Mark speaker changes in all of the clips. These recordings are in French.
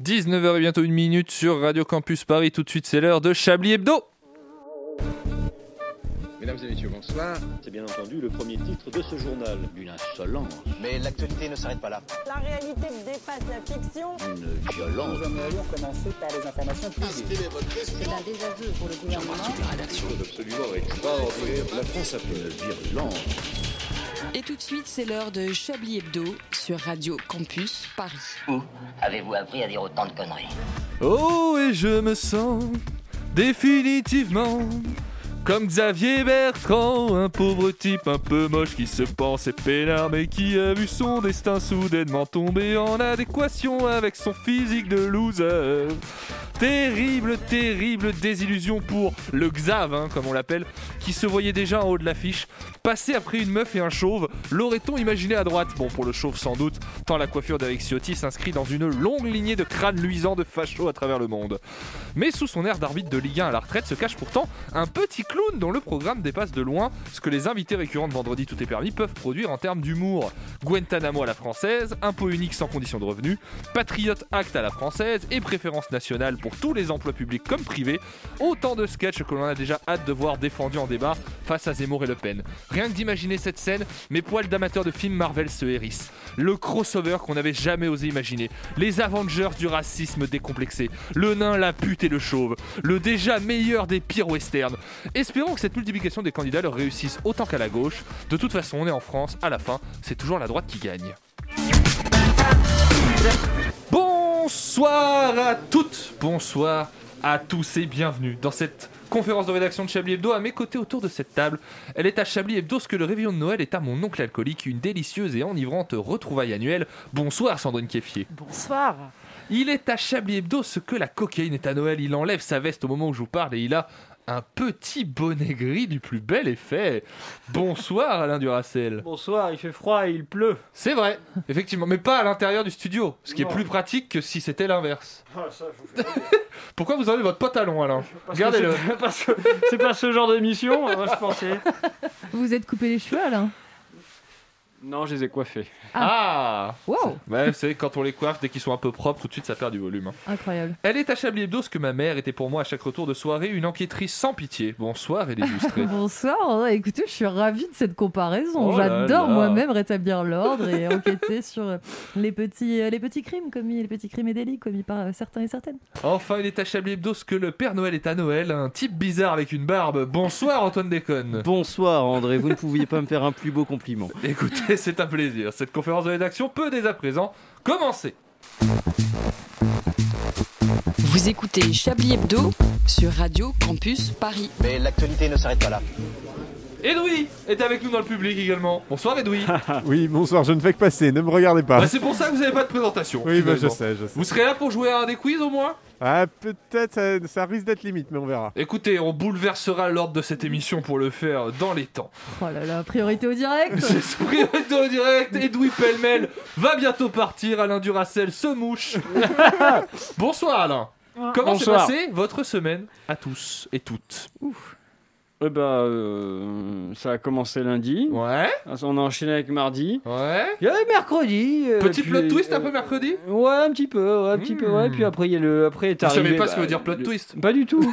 Speaker 1: 19h et bientôt une minute sur Radio Campus Paris. Tout de suite, c'est l'heure de Chablis Hebdo.
Speaker 2: Mesdames et messieurs, bonsoir.
Speaker 3: C'est bien entendu le premier titre de ce journal. Une insolence.
Speaker 4: Mais l'actualité ne s'arrête pas là.
Speaker 5: La réalité dépasse la fiction.
Speaker 3: Une violence.
Speaker 6: Nous aimerions commencer par les informations publiques.
Speaker 7: C'est un désaveu pour le gouvernement.
Speaker 3: Une rédaction absolument extraordinaire. La France a fait une virulence.
Speaker 8: Et tout de suite, c'est l'heure de Chablis Hebdo sur Radio Campus Paris.
Speaker 9: Où avez-vous appris à dire autant de conneries
Speaker 1: Oh, et je me sens définitivement comme Xavier Bertrand, un pauvre type un peu moche qui se pensait peinard mais qui a vu son destin soudainement tomber en adéquation avec son physique de loser. Terrible, terrible désillusion pour le Xav, hein, comme on l'appelle, qui se voyait déjà en haut de l'affiche. Passé après une meuf et un chauve, l'aurait-on imaginé à droite Bon, pour le chauve sans doute, tant la coiffure d'Alex Ciotti s'inscrit dans une longue lignée de crânes luisants de fachos à travers le monde. Mais sous son air d'arbitre de Ligue 1 à la retraite se cache pourtant un petit clown dont le programme dépasse de loin ce que les invités récurrents de Vendredi Tout est permis peuvent produire en termes d'humour. Guantanamo à la française, impôt unique sans condition de revenu, Patriote Act à la française et préférence nationale pour tous les emplois publics comme privés, autant de sketchs que l'on a déjà hâte de voir défendus en débat face à Zemmour et Le Pen. Rien que d'imaginer cette scène, mes poils d'amateurs de films Marvel se hérissent. Le crossover qu'on n'avait jamais osé imaginer, les Avengers du racisme décomplexé, le nain, la pute et le chauve, le déjà meilleur des pires westerns. Espérons que cette multiplication des candidats leur réussisse autant qu'à la gauche. De toute façon, on est en France, à la fin, c'est toujours la droite qui gagne. Bonsoir à toutes, bonsoir à tous et bienvenue dans cette conférence de rédaction de Chablis Hebdo. À mes côtés autour de cette table, elle est à Chablis Hebdo ce que le réveillon de Noël est à mon oncle alcoolique, une délicieuse et enivrante retrouvaille annuelle. Bonsoir Sandrine Keffier.
Speaker 10: Bonsoir.
Speaker 1: Il est à Chablis Hebdo ce que la cocaïne est à Noël. Il enlève sa veste au moment où je vous parle et il a un petit bonnet gris du plus bel effet. Bonsoir Alain Duracel.
Speaker 11: Bonsoir, il fait froid et il pleut.
Speaker 1: C'est vrai, effectivement, mais pas à l'intérieur du studio, ce qui
Speaker 11: Non.
Speaker 1: est plus pratique que si c'était l'inverse.
Speaker 11: Ah, ça, je vous fais pas dire.
Speaker 1: Pourquoi vous enlevez votre pantalon Alain
Speaker 11: Parce que
Speaker 1: Regardez-le.
Speaker 11: c'est- parce que C'est pas ce genre d'émission, hein, moi je pensais.
Speaker 10: Vous êtes coupé les cheveux, Alain
Speaker 11: Non, je les ai coiffés.
Speaker 1: Ah
Speaker 10: Wow,
Speaker 1: Ouais, vous savez, quand on les coiffe, dès qu'ils sont un peu propres, tout de suite ça perd du volume. hein.
Speaker 10: incroyable.
Speaker 1: Elle est à Chablis Hebdo, ce que ma mère était pour moi à chaque retour de soirée, une enquêtrice sans pitié. Bonsoir, elle est illustrée.
Speaker 12: Bonsoir, Ouais, écoutez, je suis ravie de cette comparaison.
Speaker 1: Oh là
Speaker 12: J'adore
Speaker 1: là.
Speaker 12: moi-même rétablir l'ordre et enquêter sur les petits, euh, les petits crimes commis, les petits crimes et délits commis par euh, certains et certaines.
Speaker 1: enfin, elle est à Chablis Hebdo, ce que le Père Noël est à Noël, un type bizarre avec une barbe. Bonsoir, Antoine Déconne.
Speaker 13: Bonsoir André, vous ne pouviez pas me faire un plus beau compliment.
Speaker 1: Écoutez, c'est un plaisir. Cette conférence de rédaction peut dès à présent commencer.
Speaker 8: Vous écoutez Chablis Hebdo sur Radio Campus Paris.
Speaker 4: Mais l'actualité ne s'arrête pas là.
Speaker 1: Edoui est avec nous dans le public également. Bonsoir, Edoui.
Speaker 14: Oui, bonsoir, je ne fais que passer, ne me regardez pas.
Speaker 1: Bah, c'est pour ça que vous n'avez pas de présentation.
Speaker 14: oui, bah, je
Speaker 1: finalement.
Speaker 14: sais, je sais.
Speaker 1: Vous serez là pour jouer à un des quiz au moins
Speaker 14: Ah, peut-être, ça, ça risque d'être limite, mais on verra.
Speaker 1: Écoutez, on bouleversera l'ordre de cette émission pour le faire dans les temps.
Speaker 12: Oh là là, priorité au direct.
Speaker 1: C'est sous priorité au direct. Edoui Pellemel va bientôt partir. Alain Duracel se mouche. Bonsoir Alain. Comment s'est
Speaker 11: Bonsoir.
Speaker 1: passée votre semaine à tous et toutes
Speaker 11: Eh ben, euh, ça a commencé lundi. Ah,
Speaker 1: Ouais.
Speaker 11: On a enchaîné avec mardi.
Speaker 1: Ouais.
Speaker 11: Il y avait mercredi. euh,
Speaker 1: Petit
Speaker 11: puis,
Speaker 1: plot twist un
Speaker 11: euh,
Speaker 1: peu mercredi
Speaker 11: Ouais, un petit peu, ouais, un petit peu, ouais. Puis après, il y a le. Après, est
Speaker 1: Vous savez
Speaker 11: arrivé,
Speaker 1: pas ce que
Speaker 11: bah,
Speaker 1: veut dire plot
Speaker 11: le-
Speaker 1: twist
Speaker 11: Pas du tout.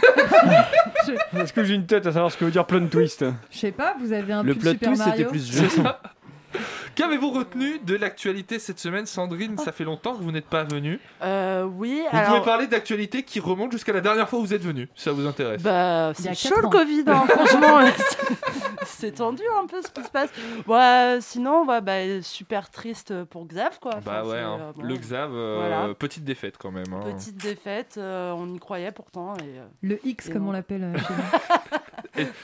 Speaker 11: Est-ce que j'ai une tête à savoir ce que veut dire plot twist
Speaker 12: Je sais pas, vous avez un
Speaker 13: Le
Speaker 12: pull
Speaker 13: plot
Speaker 12: Super
Speaker 13: twist, c'était
Speaker 12: Mario
Speaker 13: plus jeu.
Speaker 1: Qu'avez-vous retenu de l'actualité cette semaine, Sandrine Ça fait longtemps que vous n'êtes pas venue.
Speaker 10: Euh, oui,
Speaker 1: Vous
Speaker 10: alors.
Speaker 1: pouvez parler d'actualité qui remonte jusqu'à la dernière fois où vous êtes venue, si ça vous intéresse.
Speaker 10: Bah,
Speaker 12: Il y a
Speaker 10: c'est
Speaker 12: quatre
Speaker 10: chaud le
Speaker 12: ans.
Speaker 10: Covid, hein, franchement. c'est- c'est tendu un peu ce qui se passe. Ouais, euh, sinon, ouais, bah, super triste pour Xav,
Speaker 12: Ah,
Speaker 10: quoi.
Speaker 1: bah
Speaker 10: Enfin,
Speaker 1: ouais,
Speaker 10: c'est,
Speaker 1: hein.
Speaker 10: euh, bon,
Speaker 1: le Xav, euh,
Speaker 10: Voilà.
Speaker 1: petite défaite quand même. hein.
Speaker 10: Petite défaite, euh, on y croyait pourtant. Et, euh,
Speaker 12: Le X,
Speaker 10: Et
Speaker 12: comme
Speaker 10: non.
Speaker 12: on l'appelle euh, chez nous.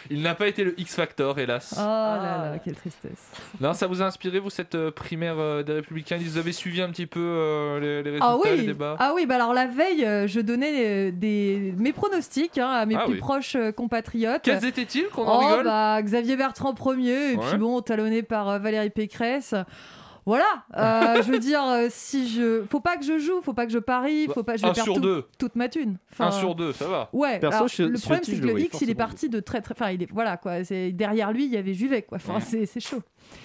Speaker 1: Il n'a pas été le X Factor, hélas.
Speaker 12: Oh là là, quelle tristesse.
Speaker 1: Non, ça vous a inspiré, vous, cette euh, primaire euh, des Républicains Vous avez suivi un petit peu euh, les, les résultats,
Speaker 12: Ah
Speaker 1: les
Speaker 12: oui,
Speaker 1: débats
Speaker 12: ah oui, bah alors la veille, euh, je donnais euh, des, mes pronostics hein, à mes
Speaker 1: Ah
Speaker 12: plus
Speaker 1: oui.
Speaker 12: proches euh, compatriotes.
Speaker 1: Quels étaient-ils qu'on en
Speaker 12: Oh
Speaker 1: rigole
Speaker 12: bah Xavier Bertrand premier et
Speaker 1: Ouais.
Speaker 12: puis bon talonné par euh, Valérie Pécresse. Voilà, euh, je veux dire euh, si je faut pas que je joue, faut pas que je parie, faut pas je vais
Speaker 1: Bah, Un
Speaker 12: perdre
Speaker 1: sur
Speaker 12: tout-
Speaker 1: deux.
Speaker 12: toute ma thune.
Speaker 1: Un
Speaker 12: Enfin,
Speaker 1: sur deux, ça va.
Speaker 12: Ouais,
Speaker 13: Perso,
Speaker 12: alors,
Speaker 13: je-
Speaker 12: le
Speaker 13: ce
Speaker 12: problème
Speaker 13: type,
Speaker 12: c'est
Speaker 13: je
Speaker 12: que le
Speaker 13: le voyais
Speaker 12: X il est
Speaker 13: forcément.
Speaker 12: parti de très très enfin il est voilà quoi, c'est derrière lui il y avait Juvet quoi. Enfin
Speaker 1: Ouais.
Speaker 12: c'est c'est chaud.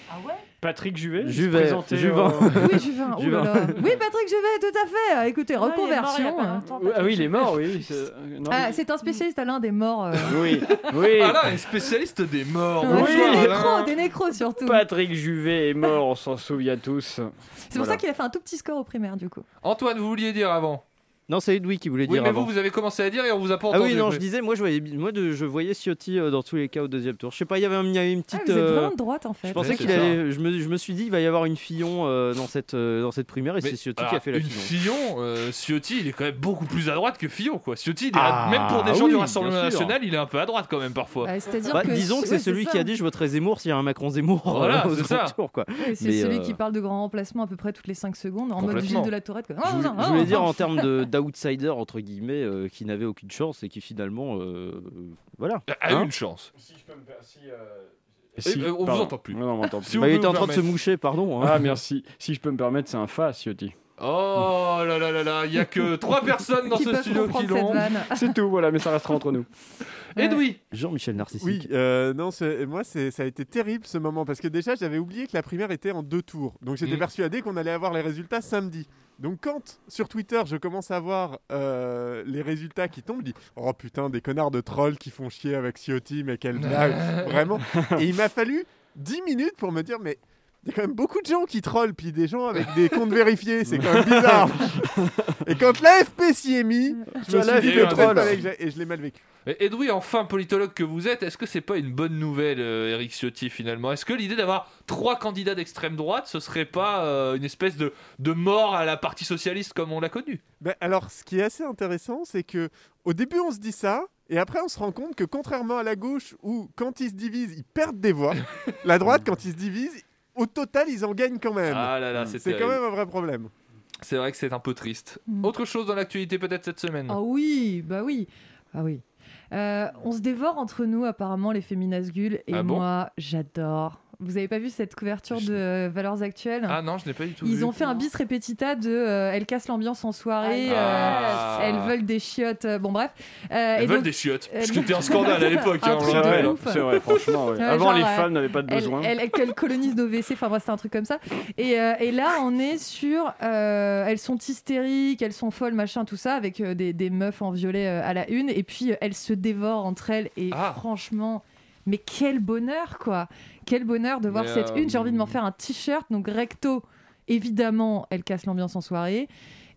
Speaker 10: Ah ouais
Speaker 11: Patrick Juvet, il se
Speaker 13: Juvet,
Speaker 11: présentait,
Speaker 13: Juvin.
Speaker 11: euh,
Speaker 12: Oui, Juvin. oh là là. Oui, Patrick Juvet, tout à fait. Ah, Écoutez,
Speaker 10: il est mort il y a pas
Speaker 12: reconversion. hein. euh.
Speaker 11: Oui, Ah oui, il est mort, oui. oui, c'est- non,
Speaker 12: Ah,
Speaker 11: mais-
Speaker 12: c'est un spécialiste, Alain, des morts. euh.
Speaker 11: Oui, oui.
Speaker 1: Ah là, un spécialiste des morts. hein.
Speaker 12: Ouais,
Speaker 1: bonsoir,
Speaker 12: des
Speaker 1: Alain.
Speaker 12: nécros, des nécros surtout.
Speaker 11: Patrick Juvet est mort, on s'en souvient tous.
Speaker 12: C'est pour ça qu'il a fait un tout petit score au primaire, du coup.
Speaker 1: Antoine, vous vouliez dire avant
Speaker 13: Non, c'est Edoui qui voulait
Speaker 1: Oui,
Speaker 13: dire
Speaker 1: mais
Speaker 13: avant.
Speaker 1: vous, vous avez commencé à dire et on vous a pas
Speaker 13: Ah
Speaker 1: entendu.
Speaker 13: oui, non,
Speaker 1: après.
Speaker 13: je disais, moi je voyais, moi de- je voyais Ciotti euh, dans tous les cas au deuxième tour. Je sais pas, il y avait un- il y avait une
Speaker 12: Ah,
Speaker 13: petite.
Speaker 12: vous êtes
Speaker 13: euh,
Speaker 12: vraiment de droite en fait.
Speaker 13: Je pensais qu'il allait. Je me, je me suis dit, il va y avoir une Fillon euh, dans cette euh, dans cette primaire et
Speaker 1: Mais,
Speaker 13: c'est Ciotti
Speaker 1: alors,
Speaker 13: qui a fait la
Speaker 1: une
Speaker 13: Fillon.
Speaker 1: Fillon, euh, Ciotti, il est quand même beaucoup plus à droite que Fillon, quoi. Ciotti, il est
Speaker 13: Ah,
Speaker 1: à- même pour des gens
Speaker 13: oui,
Speaker 1: du
Speaker 13: bien
Speaker 1: Rassemblement
Speaker 13: sûr.
Speaker 1: national, il est un peu à droite quand même parfois.
Speaker 12: Bah, c'est-à-dire
Speaker 13: Bah,
Speaker 12: que
Speaker 13: disons que c'est
Speaker 12: ouais,
Speaker 13: celui
Speaker 12: ça.
Speaker 13: qui a dit je voterai Zemmour s'il y a un Macron Zemmour
Speaker 1: Oh, Voilà,
Speaker 13: euh, au
Speaker 1: c'est
Speaker 13: second
Speaker 1: ça.
Speaker 13: tour quoi.
Speaker 12: Oui, c'est
Speaker 13: Mais,
Speaker 12: celui
Speaker 13: euh,
Speaker 12: qui parle de grand remplacement à peu près toutes les 5 secondes en mode
Speaker 13: Complètement.
Speaker 12: Gilles de la Tourette. quoi.
Speaker 13: Je voulais,
Speaker 12: Ah,
Speaker 13: je voulais
Speaker 12: ah,
Speaker 13: dire
Speaker 12: ah.
Speaker 13: en termes de- d'outsider entre guillemets euh, qui n'avait aucune chance et qui finalement euh, voilà
Speaker 1: A eu
Speaker 13: Hein
Speaker 1: une chance.
Speaker 11: Si,
Speaker 1: Eh, euh, on vous
Speaker 11: pardon.
Speaker 1: entend plus.
Speaker 11: Non, non, on m'entend
Speaker 1: Si
Speaker 11: plus.
Speaker 1: on Bah, il peut était vous en
Speaker 13: train de se permettre. moucher, pardon, hein.
Speaker 11: Ah, merci. Si je peux me permettre, c'est un fa, Ciotti.
Speaker 1: Oh là là là là, il y a que trois personnes dans
Speaker 12: Qui
Speaker 1: ce
Speaker 12: peuvent
Speaker 1: studio qui
Speaker 12: comprendre cette
Speaker 1: l'ont.
Speaker 12: vanne.
Speaker 11: C'est tout, voilà, mais ça restera entre nous.
Speaker 1: Edoui
Speaker 13: Jean-Michel Narcissique.
Speaker 14: Oui, euh, non, c'est- moi, c'est- ça a été terrible ce moment parce que déjà, j'avais oublié que la primaire était en deux tours. Donc, j'étais
Speaker 1: Mm.
Speaker 14: persuadé qu'on allait avoir les résultats samedi. Donc, quand sur Twitter, je commence à voir euh, les résultats qui tombent, je dis Oh putain, des connards de trolls qui font chier avec Ciotti, mais quelle blague Vraiment. Et il m'a fallu 10 minutes pour me dire Mais. Il y a quand même beaucoup de gens qui trollent, puis des gens avec des comptes vérifiés, c'est quand même bizarre. Et quand l'AFP s'y est mis, je me
Speaker 1: Sur
Speaker 14: suis dit, le
Speaker 1: l'AFP, on
Speaker 14: troll,
Speaker 1: troll.
Speaker 14: fallait que j'aille- et je l'ai mal vécu.
Speaker 1: Et Edoui, enfin politologue que vous êtes, est-ce que c'est pas une bonne nouvelle, euh, Eric Ciotti, finalement Est-ce que l'idée d'avoir trois candidats d'extrême droite, ce serait pas euh, une espèce de, de mort à la partie socialiste comme on l'a connue
Speaker 14: Ben, alors, ce qui est assez intéressant, c'est que au début, on se dit ça, et après, on se rend compte que contrairement à la gauche, où quand ils se divisent, ils perdent des voix, la droite, quand ils se divisent, au total, ils en gagnent quand même.
Speaker 1: Ah là là, c'est
Speaker 14: c'est quand
Speaker 1: terrible.
Speaker 14: même un vrai problème.
Speaker 1: C'est vrai que c'est un peu triste. Autre chose dans l'actualité, peut-être cette semaine
Speaker 12: Mm. Ah oui, bah oui. Ah oui. Euh, on se dévore entre nous, apparemment, les féminasgules. Et
Speaker 1: Ah bon
Speaker 12: moi, j'adore. Vous avez pas vu cette couverture de euh, Valeurs Actuelles
Speaker 1: Ah non, je n'ai pas du tout
Speaker 12: Ils
Speaker 1: vu.
Speaker 12: ont fait un bis répétita de euh, elles cassent l'ambiance en soirée,
Speaker 1: Ah,
Speaker 12: euh,
Speaker 1: yes.
Speaker 12: elles veulent des chiottes. euh, Bon, bref. Euh,
Speaker 1: Elles
Speaker 12: et
Speaker 1: veulent
Speaker 12: donc-
Speaker 1: des chiottes,
Speaker 12: elles-
Speaker 1: parce que c'était un scandale à l'époque,
Speaker 12: Un
Speaker 1: hein, on
Speaker 12: truc
Speaker 1: le
Speaker 12: de
Speaker 1: rappelle.
Speaker 12: ouf.
Speaker 11: C'est vrai, franchement. ouais.
Speaker 12: Ouais,
Speaker 11: Avant,
Speaker 12: genre,
Speaker 11: les
Speaker 12: euh,
Speaker 11: femmes n'avaient pas de
Speaker 12: elle-
Speaker 11: besoin.
Speaker 12: Elle, elle, elle colonise nos WC, enfin, moi, c'est un truc comme ça. Et, euh, et là, on est sur. euh, elles sont hystériques, elles sont folles, machin, tout ça, avec euh, des, des meufs en violet euh, à la une. Et puis, euh, elles se dévorent entre elles. Et
Speaker 2: Ah.
Speaker 12: franchement. Mais quel bonheur, quoi! Quel bonheur de voir
Speaker 2: Mais,
Speaker 12: cette
Speaker 2: euh,
Speaker 12: une. J'ai envie de m'en faire un t-shirt. Donc, recto, évidemment, elle casse l'ambiance en soirée.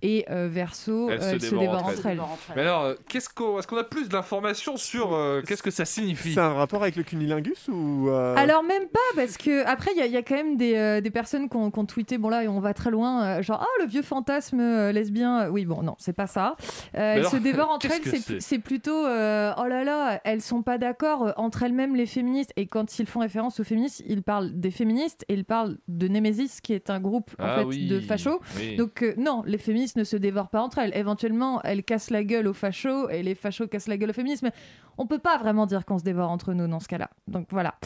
Speaker 12: Et euh, verso, euh,
Speaker 1: Elles se dévorent
Speaker 12: dévorent
Speaker 1: entre
Speaker 12: entre
Speaker 1: elles.
Speaker 12: elles.
Speaker 1: Mais alors, euh, qu'est-ce qu'on, est-ce qu'on a plus d'informations sur euh, qu'est-ce que ça signifie
Speaker 14: C'est un rapport avec le cunilingus ou euh,
Speaker 12: Alors même pas parce que après il y, a- il y a quand même des, euh, des personnes qui ont, qui ont tweeté bon là on va très loin euh, genre ah le vieux fantasme euh, lesbien oui bon non c'est pas ça Euh, elles
Speaker 2: alors,
Speaker 12: se dévorent entre
Speaker 2: qu'est-ce
Speaker 12: elles
Speaker 2: que
Speaker 12: c'est-
Speaker 2: c'est
Speaker 12: c'est plutôt euh, oh là là elles sont pas d'accord euh, entre elles-mêmes les féministes et quand ils font référence aux féministes ils parlent des féministes et ils parlent de Nemesis qui est un groupe en
Speaker 2: Ah
Speaker 12: fait
Speaker 2: oui,
Speaker 12: de fachos
Speaker 2: oui.
Speaker 12: donc euh, non les féministes ne se dévorent pas entre elles éventuellement elles cassent la gueule aux fachos et les fachos cassent la gueule aux féministes mais on peut pas vraiment dire qu'on se dévore entre nous dans ce cas-là donc voilà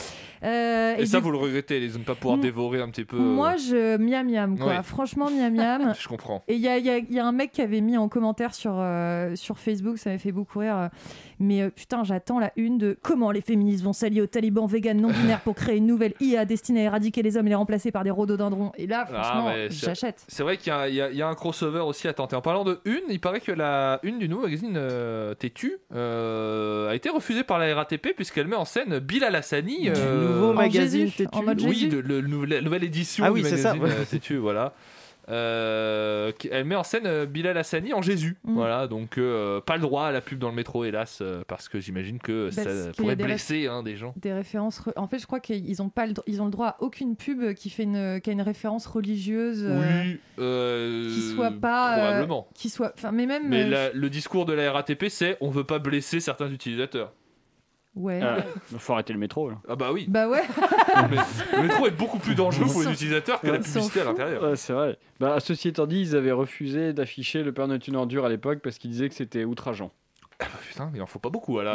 Speaker 12: Euh,
Speaker 1: Et, ça,
Speaker 12: du
Speaker 1: vous le regrettez, les de ne pas pouvoir
Speaker 12: Mm.
Speaker 1: dévorer un petit peu. euh,
Speaker 12: moi, je miam miam, quoi.
Speaker 1: Oui.
Speaker 12: Franchement, miam miam.
Speaker 1: Je comprends.
Speaker 12: Et il y a, il y a- il y a un mec qui avait mis en commentaire sur, euh, sur Facebook, ça m'a fait beaucoup rire. euh, mais euh, putain, j'attends la une de comment les féministes vont s'allier aux talibans vegan non binaires pour créer une nouvelle IA destinée à éradiquer les hommes et les remplacer par des rhododendrons. Et là, franchement,
Speaker 1: Ah, mais c'est-
Speaker 12: j'achète.
Speaker 1: C'est vrai qu'il y a- il y, a- il y a un crossover aussi à tenter. En parlant de une, il paraît que la une du nouveau magazine euh, Tétu euh, a été refusée par la RATP puisqu'elle met en scène Bilal Hassani. euh,
Speaker 13: nouveau En magazine Jésus, Tétu. en mode
Speaker 1: Oui,
Speaker 13: Jésus.
Speaker 1: de, le, le nouvel- la nouvelle édition
Speaker 13: Ah
Speaker 1: du
Speaker 13: oui, c'est ça,
Speaker 1: magazine
Speaker 13: ouais.
Speaker 1: euh, Tétu, voilà. Euh, qui- elle met en scène euh, Bilal Hassani en Jésus.
Speaker 13: Mm.
Speaker 1: Voilà, donc euh, pas le droit à la pub dans le métro, hélas, euh, parce que j'imagine que
Speaker 12: Parce qu'il y
Speaker 1: ça
Speaker 12: a
Speaker 1: pourrait
Speaker 12: des
Speaker 1: blesser hein, des gens.
Speaker 12: Des références. re- En fait, je crois qu'ils ont, pas le dro- ils ont le droit à aucune pub qui, fait une, qui a une référence religieuse. euh,
Speaker 1: Oui, euh,
Speaker 12: Qui soit pas. euh,
Speaker 1: probablement.
Speaker 12: qui soit. Enfin, mais même.
Speaker 1: Mais
Speaker 12: euh,
Speaker 1: la- le discours de la RATP, c'est on veut pas blesser certains utilisateurs.
Speaker 12: Ouais.
Speaker 11: Ah. Il faut arrêter le métro. Là.
Speaker 1: Ah bah oui.
Speaker 12: Bah ouais.
Speaker 1: Mais le métro est beaucoup plus dangereux pour les utilisateurs que la
Speaker 11: Ils s'en
Speaker 1: publicité à l'intérieur.
Speaker 11: Ouais, c'est vrai. Bah, ceci étant dit, ils avaient refusé d'afficher le Père Noël est une ordure à l'époque parce qu'ils disaient que c'était outrageant.
Speaker 1: Ah bah Putain, il en faut pas beaucoup là.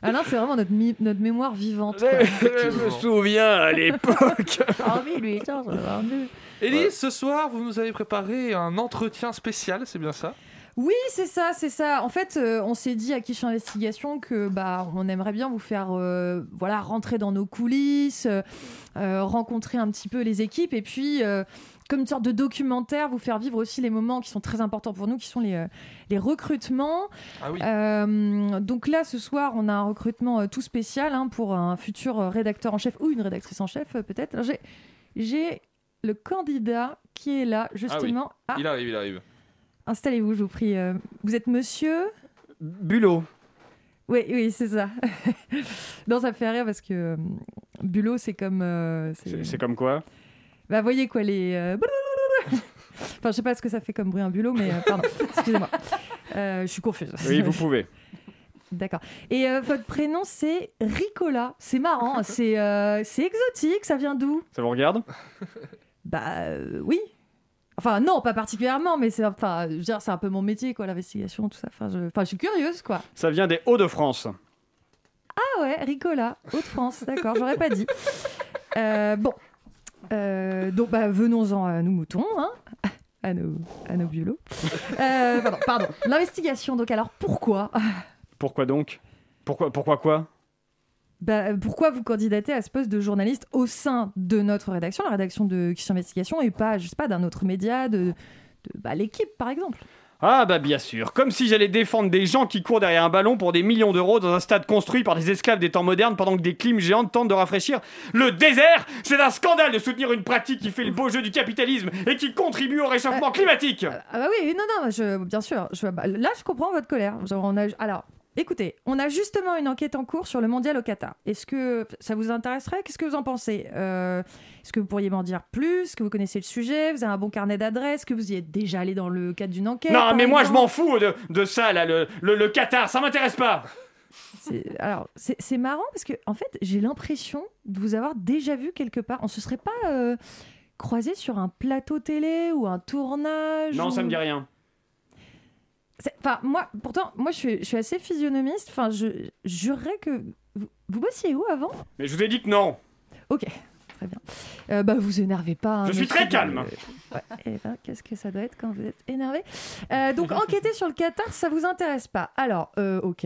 Speaker 12: Alain, c'est vraiment notre, mi- notre mémoire vivante. quoi.
Speaker 11: Je me souviens à l'époque.
Speaker 12: Ah oui, lui, ça, ça va mieux.
Speaker 1: Élise, ce soir, vous nous avez préparé un entretien spécial, c'est bien ça
Speaker 12: Oui, c'est ça, c'est ça. En fait, euh, on s'est dit à Quiche Investigation que bah on aimerait bien vous faire euh, voilà rentrer dans nos coulisses, euh, euh, rencontrer un petit peu les équipes et puis euh, comme une sorte de documentaire, vous faire vivre aussi les moments qui sont très importants pour nous, qui sont les, euh, les recrutements.
Speaker 2: Ah oui.
Speaker 12: Euh, donc là, ce soir, on a un recrutement euh, tout spécial hein, pour un futur euh, rédacteur en chef ou une rédactrice en chef, euh, peut-être. Alors, J'ai, j'ai le candidat qui est là, justement.
Speaker 1: Ah oui. Il arrive, il arrive.
Speaker 12: Installez-vous, je vous prie. euh, Vous êtes monsieur
Speaker 11: Bulot.
Speaker 12: Oui, oui, c'est ça. non, ça me fait rire parce que euh, Bulot, c'est comme. euh,
Speaker 11: C'est c'est comme quoi
Speaker 12: Bah, voyez quoi, les. euh, enfin, je sais pas ce que ça fait comme bruit un bulot, mais euh, pardon, excusez-moi. Euh, je suis confuse.
Speaker 11: Oui, vous pouvez.
Speaker 12: D'accord. Et euh, votre prénom, c'est Ricola. C'est marrant, c'est euh, c'est exotique, ça vient d'où
Speaker 11: Ça vous regarde
Speaker 12: Bah, euh, oui. Enfin, non, pas particulièrement, mais c'est enfin, je veux dire, c'est un peu mon métier, quoi, l'investigation, tout ça. Enfin, je, enfin, je suis curieuse, quoi.
Speaker 11: Ça vient des Hauts-de-France.
Speaker 12: Ah ouais, Ricola, Haute-France, d'accord, j'aurais pas dit. Euh, bon, Euh, donc bah, venons-en à nos moutons, hein, à nos, à nos bulots. Euh, pardon, pardon. l'investigation, donc alors pourquoi
Speaker 11: Pourquoi donc Pourquoi Pourquoi quoi
Speaker 12: Bah, euh, Pourquoi vous candidatez à ce poste de journaliste au sein de notre rédaction, la rédaction de Question Investigation, et pas, je sais pas, d'un autre média, de, de bah, l'équipe par exemple
Speaker 11: Ah bah bien sûr, comme si j'allais défendre des gens qui courent derrière un ballon pour des millions d'euros dans un stade construit par des esclaves des temps modernes pendant que des climes géantes tentent de rafraîchir le désert C'est un scandale de soutenir une pratique qui fait le beau jeu du capitalisme et qui contribue au réchauffement climatique
Speaker 12: Ah bah oui, non, non, je, bien sûr. Je, bah, là, je comprends votre colère. Genre, on a, alors, écoutez, on a justement une enquête en cours sur le mondial au Qatar. Est-ce que ça vous intéresserait Qu'est-ce que vous en pensez Euh, Est-ce que vous pourriez m'en dire plus Est-ce que vous connaissez le sujet Vous avez un bon carnet d'adresses Est-ce que vous y êtes déjà allé dans le cadre d'une enquête
Speaker 11: Non
Speaker 12: par
Speaker 11: mais moi je
Speaker 12: exemple
Speaker 11: m'en fous de, de ça là, le, le, le Qatar, ça m'intéresse pas
Speaker 12: C'est- Alors, c'est c'est marrant parce que, en fait, j'ai l'impression de vous avoir déjà vu quelque part. On se serait pas euh, croisé sur un plateau télé ou un tournage
Speaker 11: Non ça me
Speaker 12: ou-
Speaker 11: dit rien.
Speaker 12: C'est- Enfin, moi, pourtant, moi, je suis, je suis assez physionomiste. Enfin, je je jurerais que vous, vous bossiez où avant
Speaker 11: Mais je vous ai dit que non
Speaker 12: Ok, très bien. Euh, bah, vous énervez pas. hein,
Speaker 11: Je suis
Speaker 12: monsieur
Speaker 11: très
Speaker 12: de-
Speaker 11: calme
Speaker 12: Ouais, eh ben, qu'est-ce que ça doit être quand vous êtes énervé Euh, Donc, enquêter sur le Qatar, ça vous intéresse pas Alors, euh, ok.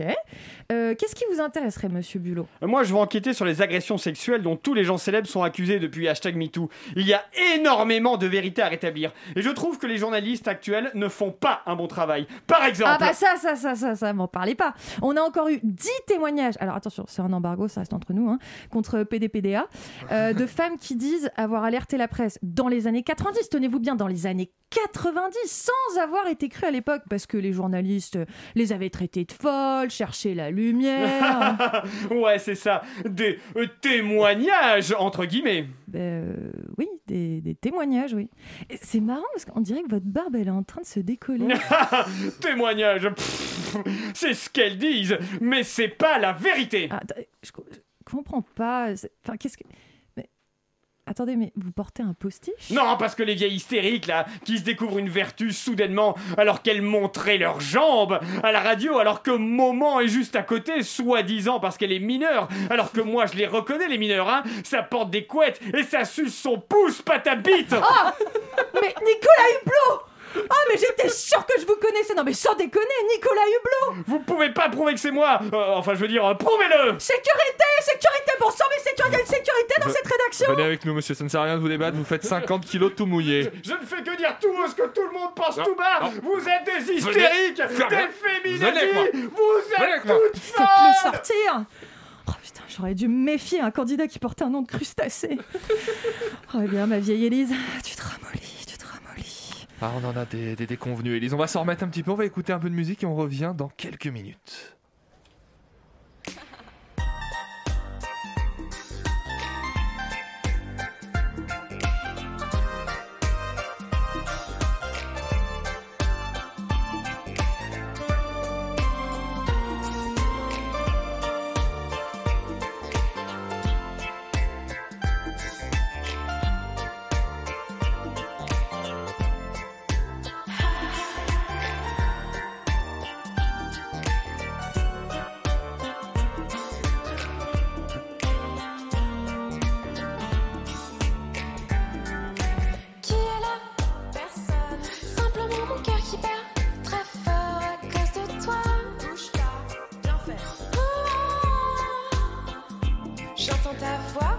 Speaker 12: Euh, qu'est-ce qui vous intéresserait, Monsieur Bulot
Speaker 11: Euh, Moi, je veux enquêter sur les agressions sexuelles dont tous les gens célèbres sont accusés depuis hashtag MeToo. Il y a énormément de vérités à rétablir. Et je trouve que les journalistes actuels ne font pas un bon travail. Par exemple...
Speaker 12: Ah bah ça, ça, ça, ça, ça, m'en parlez pas. On a encore eu 10 témoignages, alors attention, c'est un embargo, ça reste entre nous, hein, contre PDPDA, euh, de femmes qui disent avoir alerté la presse dans les années 90, tenez-vous bien, dans les années 90, sans avoir été crues à l'époque, parce que les journalistes euh, les avaient traitées de folles, cherchaient la lumière.
Speaker 11: ouais, c'est ça. Des euh, témoignages, entre guillemets.
Speaker 12: Ben, euh, oui, des, des témoignages, oui. Et C'est marrant, parce qu'on dirait que votre barbe, elle est en train de se décoller.
Speaker 11: témoignages. pfff, c'est ce qu'elles disent, mais c'est pas la vérité.
Speaker 12: Ah, je, comprends pas. c'est- Enfin, qu'est-ce que. mais- Attendez, mais vous portez un postiche
Speaker 11: Non, parce que les vieilles hystériques, là, qui se découvrent une vertu soudainement alors qu'elles montraient leurs jambes à la radio, alors que Moment est juste à côté, soi-disant parce qu'elle est mineure, alors que moi je les reconnais, les mineurs, hein, ça porte des couettes et ça suce son pouce, pas ta bite
Speaker 12: Ah Mais Nicolas Hublot Ah, mais j'étais sûre que je vous connaissais Non, mais sans déconner, Nicolas Hublot
Speaker 11: Vous pouvez pas prouver que c'est moi Euh, Enfin, je veux dire, euh, prouvez-le
Speaker 12: Sécurité Sécurité Bon sang, mais sécurité sécurité dans
Speaker 1: Ve-
Speaker 12: cette rédaction
Speaker 1: Venez avec nous, monsieur, ça ne sert à rien de vous débattre, vous faites 50 kilos tout mouillé.
Speaker 11: Je ne fais que dire tout haut ce que tout le monde pense tout bas
Speaker 1: non.
Speaker 11: Vous êtes des
Speaker 1: Venez.
Speaker 11: hystériques,
Speaker 1: Fermez.
Speaker 11: des
Speaker 1: Venez avec moi.
Speaker 11: féminazis, vous
Speaker 1: Venez
Speaker 11: êtes
Speaker 1: avec moi.
Speaker 11: toutes
Speaker 12: Faites-le
Speaker 11: folles
Speaker 12: sortir Oh putain, j'aurais dû me méfier un candidat qui portait un nom de crustacé Oh eh bien, ma vieille Élise, tu te ramollis, tu te ramollis.
Speaker 1: Ah, on en a des, des déconvenus, Elise. On va s'en remettre un petit peu, on va écouter un peu de musique et on revient dans quelques minutes.
Speaker 15: Thank
Speaker 2: Oh.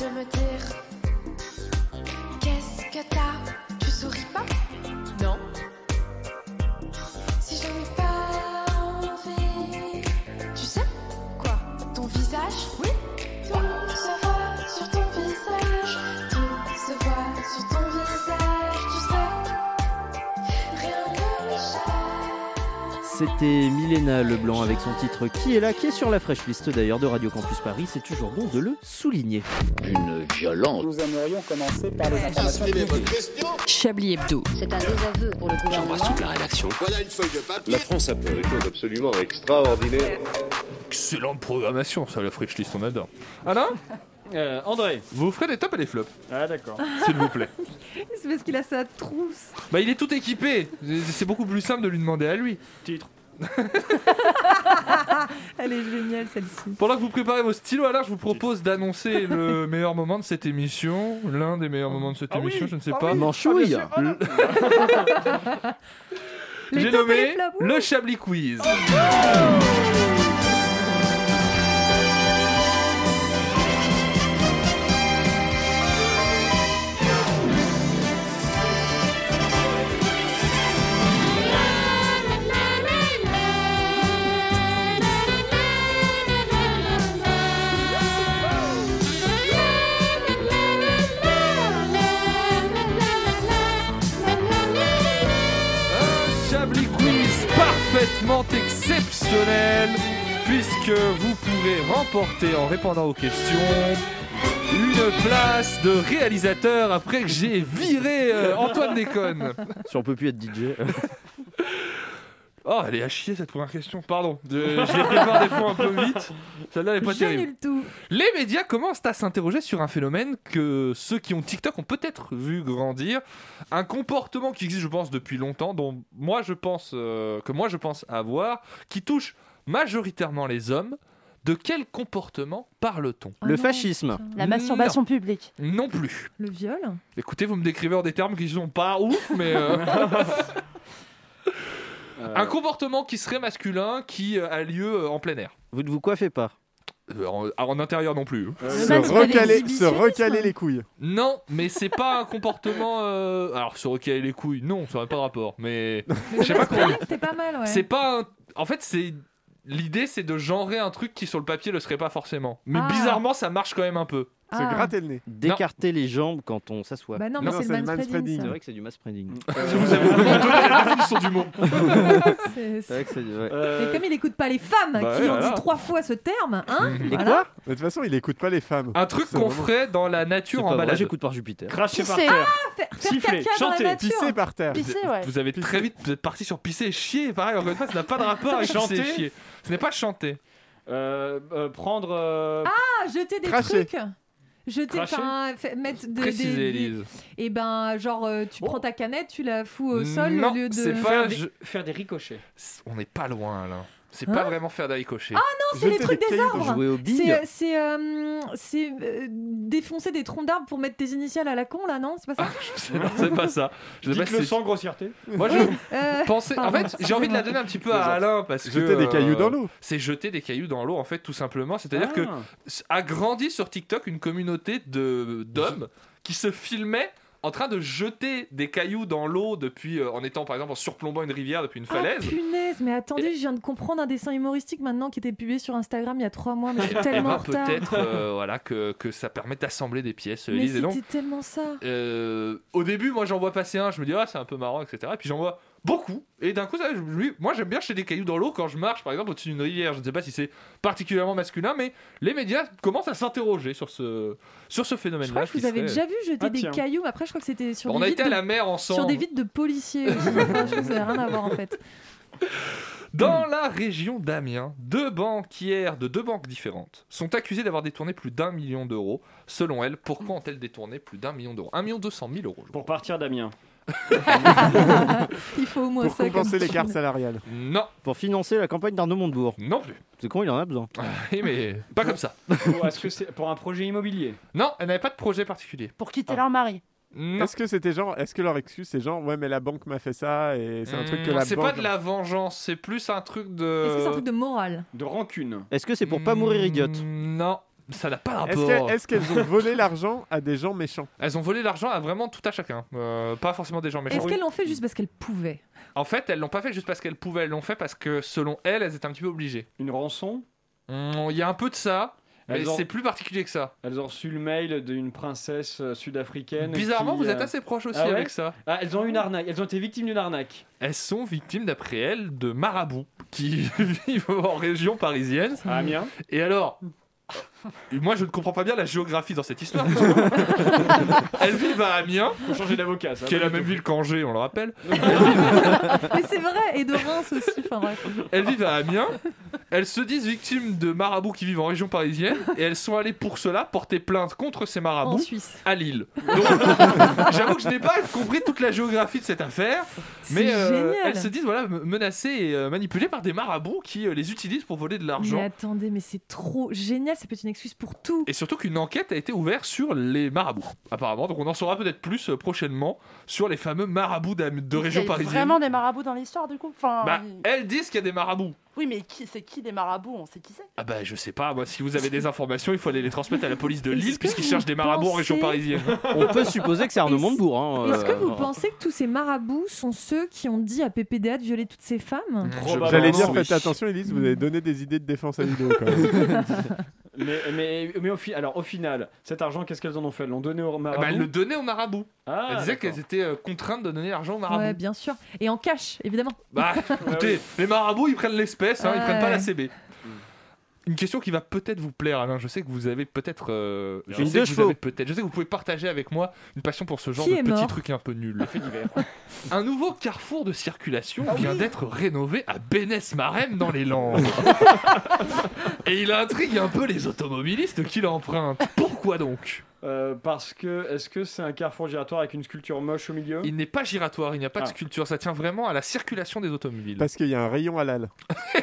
Speaker 2: de me dire Qu'est-ce que t'as Tu souris pas Non. Si j'en ai pas envie, tu sais quoi Ton visage Oui. Tout se voit sur ton visage. Tout se voit sur ton visage, tu sais. Rien ne m'échappe.
Speaker 13: C'était Milena Leblanc avec son titre Qui est là qui est sur la fraîche liste d'ailleurs de Radio Campus Paris, c'est toujours bon de le souligner. Une violence.
Speaker 6: Nous aimerions commencer par les informations
Speaker 8: Chablis Hebdo. C'est un désaveu pour le gouvernement.
Speaker 3: la rédaction. Voilà une feuille de papier. La France a fait des choses absolument extraordinaires.
Speaker 1: Excellente programmation, ça, la French List, on adore. Alain
Speaker 11: André
Speaker 1: Vous ferez des tops et des flops.
Speaker 11: Ah, d'accord.
Speaker 1: S'il vous plaît.
Speaker 15: C'est parce qu'il a sa trousse.
Speaker 1: Bah, il est tout équipé. C'est beaucoup plus simple de lui demander à lui.
Speaker 11: Titre.
Speaker 15: Elle est géniale celle-ci.
Speaker 1: Pendant que vous préparez vos stylos à l'art, je vous propose d'annoncer le meilleur moment de cette émission, l'un des meilleurs moments de cette émission, je ne sais
Speaker 13: ah
Speaker 1: pas.
Speaker 13: oui, Manchouille. ah bien
Speaker 11: Hmm.
Speaker 1: Le- J'ai nommé le Chablis Quiz. Un Chablis Quiz parfaitement exceptionnel, puisque vous pourrez remporter en répondant aux questions une place de réalisateur après que j'ai viré euh, Antoine Déconne.
Speaker 13: Si on peut plus être DJ.
Speaker 12: Euh,
Speaker 1: Oh, elle est à chier cette première question, pardon. De- je les prépare des fois un peu vite. Celle-là, elle est pas terrible.
Speaker 15: tout.
Speaker 1: Les médias commencent à s'interroger sur un phénomène que ceux qui ont TikTok ont peut-être vu grandir. Un comportement qui existe, je pense, depuis longtemps, dont moi je pense, euh, que moi je pense avoir, qui touche majoritairement les hommes. De quel comportement parle-t-on
Speaker 12: Ah
Speaker 13: Le fascisme.
Speaker 10: La masturbation publique.
Speaker 1: Non plus.
Speaker 12: Le viol
Speaker 1: Écoutez, vous me décrivez en des termes qui sont pas ouf, mais. euh, Un comportement qui serait masculin qui euh, a lieu euh, en plein air.
Speaker 13: Vous ne vous coiffez pas
Speaker 1: Euh, en, en intérieur non plus.
Speaker 14: Se recaler, se recaler les couilles.
Speaker 1: Non, mais c'est pas un comportement. euh, Alors, se recaler les couilles, non, ça n'a pas de rapport. Mais. Je sais pas comment-
Speaker 12: Ah, C'était pas mal, ouais.
Speaker 1: C'est pas un- En fait, c'est. L'idée, c'est de genrer un truc qui sur le papier le serait pas forcément. Mais
Speaker 12: Ah.
Speaker 1: bizarrement, ça marche quand même un peu.
Speaker 12: Se Ah. gratter
Speaker 14: le nez.
Speaker 13: D'écarter les jambes quand on s'assoit. Mm.
Speaker 12: Bah non, mais Non, c'est le c'est le manspreading, manspreading. ça.
Speaker 13: C'est vrai que c'est du manspreading.
Speaker 1: Vous avez
Speaker 13: Ah,
Speaker 1: vraiment toute la définition du mot.
Speaker 12: C'est-
Speaker 13: C'est vrai que c'est du- ouais.
Speaker 11: Euh,
Speaker 12: Mais comme il écoute pas les femmes
Speaker 14: Bah
Speaker 12: qui
Speaker 14: ouais,
Speaker 12: ont
Speaker 14: voilà.
Speaker 12: dit trois fois ce terme, hein
Speaker 14: Les
Speaker 12: voilà.
Speaker 14: Mais de toute façon, il écoute pas les femmes.
Speaker 12: Ah,
Speaker 1: Un truc qu'on ferait dans la nature en balade.
Speaker 13: par Jupiter.
Speaker 1: Cracher
Speaker 12: Pisser. Ah, faire, faire
Speaker 1: Siffler,
Speaker 12: caca dans
Speaker 1: chanter,
Speaker 12: la nature.
Speaker 14: pisser par terre.
Speaker 12: Pisser, ouais.
Speaker 1: Vous avez très vite, vous êtes parti sur pisser et chier. Pareil, encore une fois, ça n'a pas de rapport avec chanter et
Speaker 11: Chanter.
Speaker 1: chier. Ce n'est pas chanter.
Speaker 11: Euh, euh, prendre. euh,
Speaker 12: Ah, jeter des
Speaker 11: Cracher.
Speaker 12: trucs. Jeter,
Speaker 11: Cracher.
Speaker 12: enfin, fa- mettre de,
Speaker 1: Précisez,
Speaker 12: des,
Speaker 1: Élise.
Speaker 12: Et ben, genre, euh, tu prends ta canette, tu la fous au sol
Speaker 1: Non,
Speaker 12: au lieu de.
Speaker 1: c'est pas-
Speaker 11: faire, des,
Speaker 1: je-
Speaker 11: faire des ricochets.
Speaker 1: On n'est pas loin là. C'est
Speaker 12: Hein
Speaker 1: pas vraiment faire d'aller cocher.
Speaker 12: Ah non, c'est les trucs des arbres.
Speaker 1: Jouer aux billes.
Speaker 12: C'est, euh, C'est euh, c'est, euh, défoncer des troncs d'arbres pour mettre tes initiales à la con là, non C'est pas ça
Speaker 1: Non, c'est pas ça. Je sais pas
Speaker 11: Dites-le
Speaker 1: si c'est-
Speaker 11: sans grossièreté.
Speaker 1: Moi, je
Speaker 12: Euh,
Speaker 1: pensais. En
Speaker 12: pardon,
Speaker 1: fait, j'ai envie de la donner un petit peu à Alain parce que. euh,
Speaker 14: Jeter des cailloux dans l'eau.
Speaker 1: C'est jeter des cailloux dans l'eau, en fait, tout simplement. C'est-à-dire
Speaker 14: Ah.
Speaker 1: que s- a grandi sur TikTok une communauté de d'hommes qui se filmaient en train de jeter des cailloux dans l'eau depuis euh, en étant par exemple en surplombant une rivière depuis une falaise.
Speaker 12: Ah, punaise, mais attendez, je viens de comprendre un dessin humoristique maintenant qui était publié sur Instagram il y a trois mois, mais je suis
Speaker 1: Eh
Speaker 12: tellement
Speaker 1: ben,
Speaker 12: en retard.
Speaker 1: peut-être euh, voilà que, que ça permet d'assembler des pièces.
Speaker 12: Mais
Speaker 1: Lise, et donc,
Speaker 12: c'était tellement ça.
Speaker 1: Euh, au début, moi j'en vois passer un, je me dis ah c'est un peu marrant, etc. Et puis j'en vois beaucoup. Et d'un coup, ça, je me dis, moi j'aime bien jeter des cailloux dans l'eau quand je marche, par exemple au-dessus d'une rivière. Je ne sais pas si c'est particulièrement masculin, mais les médias commencent à s'interroger sur ce sur ce
Speaker 12: Je
Speaker 1: phénomène-là.
Speaker 12: crois que
Speaker 1: qui
Speaker 12: vous avez déjà
Speaker 1: serait-
Speaker 12: vu jeter
Speaker 1: Ah,
Speaker 12: des
Speaker 1: tiens.
Speaker 12: cailloux, mais après je crois que c'était sur
Speaker 1: On
Speaker 12: des
Speaker 1: a
Speaker 12: vides
Speaker 1: été à
Speaker 12: de-
Speaker 1: la mer ensemble.
Speaker 12: Sur des vides de policiers. aussi. Enfin, je pense que ça n'a rien à voir en fait.
Speaker 1: Dans la région d'Amiens, deux banquières de deux banques différentes sont accusées d'avoir détourné plus d'un million d'euros. Selon elles, pourquoi ont-elles détourné plus d'un million d'euros Un million deux cent mille euros. je
Speaker 11: Pour partir d'Amiens.
Speaker 12: Il faut au moins
Speaker 14: Pour
Speaker 12: ça.
Speaker 14: compenser
Speaker 12: comme
Speaker 14: les
Speaker 12: thune.
Speaker 14: cartes salariales.
Speaker 1: Non.
Speaker 13: Pour financer la campagne d'Arnaud Montebourg.
Speaker 1: Non plus.
Speaker 13: C'est con, il en a besoin.
Speaker 1: Oui, mais pas comme ça.
Speaker 11: Pour, est-ce que c'est pour un projet immobilier
Speaker 1: Non, elle n'avait pas de projet particulier.
Speaker 10: Pour quitter leur mari.
Speaker 14: Est-ce que c'était genre, est-ce que leur excuse c'est genre, ouais mais la banque m'a fait ça et c'est un truc que
Speaker 1: Hmm,
Speaker 14: la
Speaker 1: C'est
Speaker 14: banque.
Speaker 1: pas de la vengeance, c'est plus un truc de.
Speaker 14: euh,
Speaker 1: Mmh,
Speaker 12: Est-ce que c'est un truc de morale
Speaker 11: De rancune.
Speaker 1: Mm.
Speaker 13: Est-ce que c'est pour pas mourir idiote
Speaker 1: Non. Ça n'a pas
Speaker 14: Est-ce
Speaker 1: rapport.
Speaker 14: que- est-ce qu'elles ont volé l'argent à des gens méchants
Speaker 1: Elles ont volé l'argent à vraiment tout à chacun. Euh, pas forcément des gens méchants.
Speaker 12: Est-ce qu'elles l'ont fait juste parce qu'elles pouvaient
Speaker 1: En fait, elles l'ont pas fait juste parce qu'elles pouvaient. Elles l'ont fait parce que selon elles, elles étaient un petit peu obligées. Mmh,
Speaker 11: Une rançon
Speaker 1: Il y a un peu de ça, mais
Speaker 11: Elles ont-
Speaker 1: c'est plus particulier que ça.
Speaker 11: Elles ont reçu le mail d'une princesse euh, sud-africaine.
Speaker 1: Bizarrement,
Speaker 11: qui,
Speaker 1: vous
Speaker 11: euh,
Speaker 1: êtes assez proche aussi
Speaker 11: ah ouais
Speaker 1: avec ça.
Speaker 11: Ah, elles ont eu une arnaque. Elles ont été victimes d'une arnaque.
Speaker 1: Elles sont victimes, d'après elles, de marabouts qui vivent en région parisienne.
Speaker 14: Ah,
Speaker 11: À Amiens.
Speaker 1: Et alors Moi, je ne comprends pas bien la géographie dans cette histoire. elles vivent à Amiens.
Speaker 11: Faut changer d'avocat, ça.
Speaker 1: Qui est la même ville qu'Angers, on le rappelle.
Speaker 12: Mais c'est vrai, et de Reims aussi. Enfin, bref.
Speaker 1: Elles vivent à Amiens. Elles se disent victimes de marabouts qui vivent en région parisienne. Et elles sont allées pour cela porter plainte contre ces
Speaker 14: Ah
Speaker 1: marabouts
Speaker 12: En Suisse.
Speaker 1: à Lille. Donc, j'avoue que je n'ai pas compris toute la géographie de cette affaire. Mais euh,
Speaker 12: génial.
Speaker 1: elles se disent voilà, m- menacées et euh, manipulées par des marabouts qui euh, les utilisent pour voler de l'argent.
Speaker 12: Mais attendez, mais c'est trop génial, ça peut être une excuse pour tout.
Speaker 1: Et surtout qu'une enquête a été ouverte sur les marabouts, apparemment. Donc on en saura peut-être plus euh, prochainement sur les fameux marabouts d'Am- de région
Speaker 10: Il y a
Speaker 1: parisienne.
Speaker 10: vraiment des marabouts dans l'histoire, du coup enfin,
Speaker 1: Bah,
Speaker 10: il-
Speaker 1: elles disent qu'il y a des marabouts.
Speaker 10: Oui, mais qui- c'est qui des marabouts On sait qui c'est.
Speaker 1: Ah bah je sais pas, moi si vous avez des informations, il faut aller les transmettre à la police de
Speaker 12: Est-ce
Speaker 1: Lille
Speaker 12: que
Speaker 1: puisqu'ils
Speaker 12: vous
Speaker 1: cherchent des marabouts en région
Speaker 12: pensez-
Speaker 1: parisienne.
Speaker 13: On peut supposer que c'est Arnaud Montebourg. Hein,
Speaker 12: Est-ce que
Speaker 13: euh,
Speaker 12: vous pensez que tous ces marabouts sont ceux qui ont dit à PPDA de violer toutes ces
Speaker 1: Mmh.
Speaker 12: femmes
Speaker 11: Probablement,
Speaker 14: J'allais dire,
Speaker 11: oui.
Speaker 14: faites attention, Elise, vous avez donné des idées de défense à vidéo quand même.
Speaker 11: mais mais, mais au, fi- alors, au final, cet argent, qu'est-ce qu'elles en ont fait Elles l'ont donné au marabout
Speaker 1: Bah, elles le donnaient aux marabouts.
Speaker 11: Ah,
Speaker 1: elles disaient
Speaker 11: d'accord.
Speaker 1: qu'elles étaient euh, contraintes de donner l'argent aux marabouts.
Speaker 12: Ouais, bien sûr. Et en cash, évidemment.
Speaker 1: Bah écoutez, les marabouts ils prennent l'espèce, hein, ils
Speaker 12: Ah Ouais.
Speaker 1: prennent pas la CB. Une question qui va peut-être vous plaire, Alain. Je sais que vous avez peut-être, euh, je,
Speaker 13: Une
Speaker 1: sais
Speaker 13: deux
Speaker 1: que vous
Speaker 13: chevaux.
Speaker 1: avez peut-être, je sais que vous pouvez partager avec moi une passion pour ce genre
Speaker 12: Qui
Speaker 1: de
Speaker 12: est
Speaker 1: petits
Speaker 12: mort
Speaker 1: trucs un peu nuls. Un nouveau carrefour de circulation
Speaker 12: Ah
Speaker 1: vient d'être rénové à Bénès-Marem dans les Landes. Et il intrigue un peu les automobilistes qui l'empruntent. Pourquoi donc
Speaker 11: Euh, parce que, est-ce que c'est un carrefour giratoire avec une sculpture moche au milieu
Speaker 1: Il n'est pas giratoire, il n'y a pas de
Speaker 11: Ah.
Speaker 1: sculpture. Ça tient vraiment à la circulation des automobiles.
Speaker 14: Parce qu'il y a un rayon halal.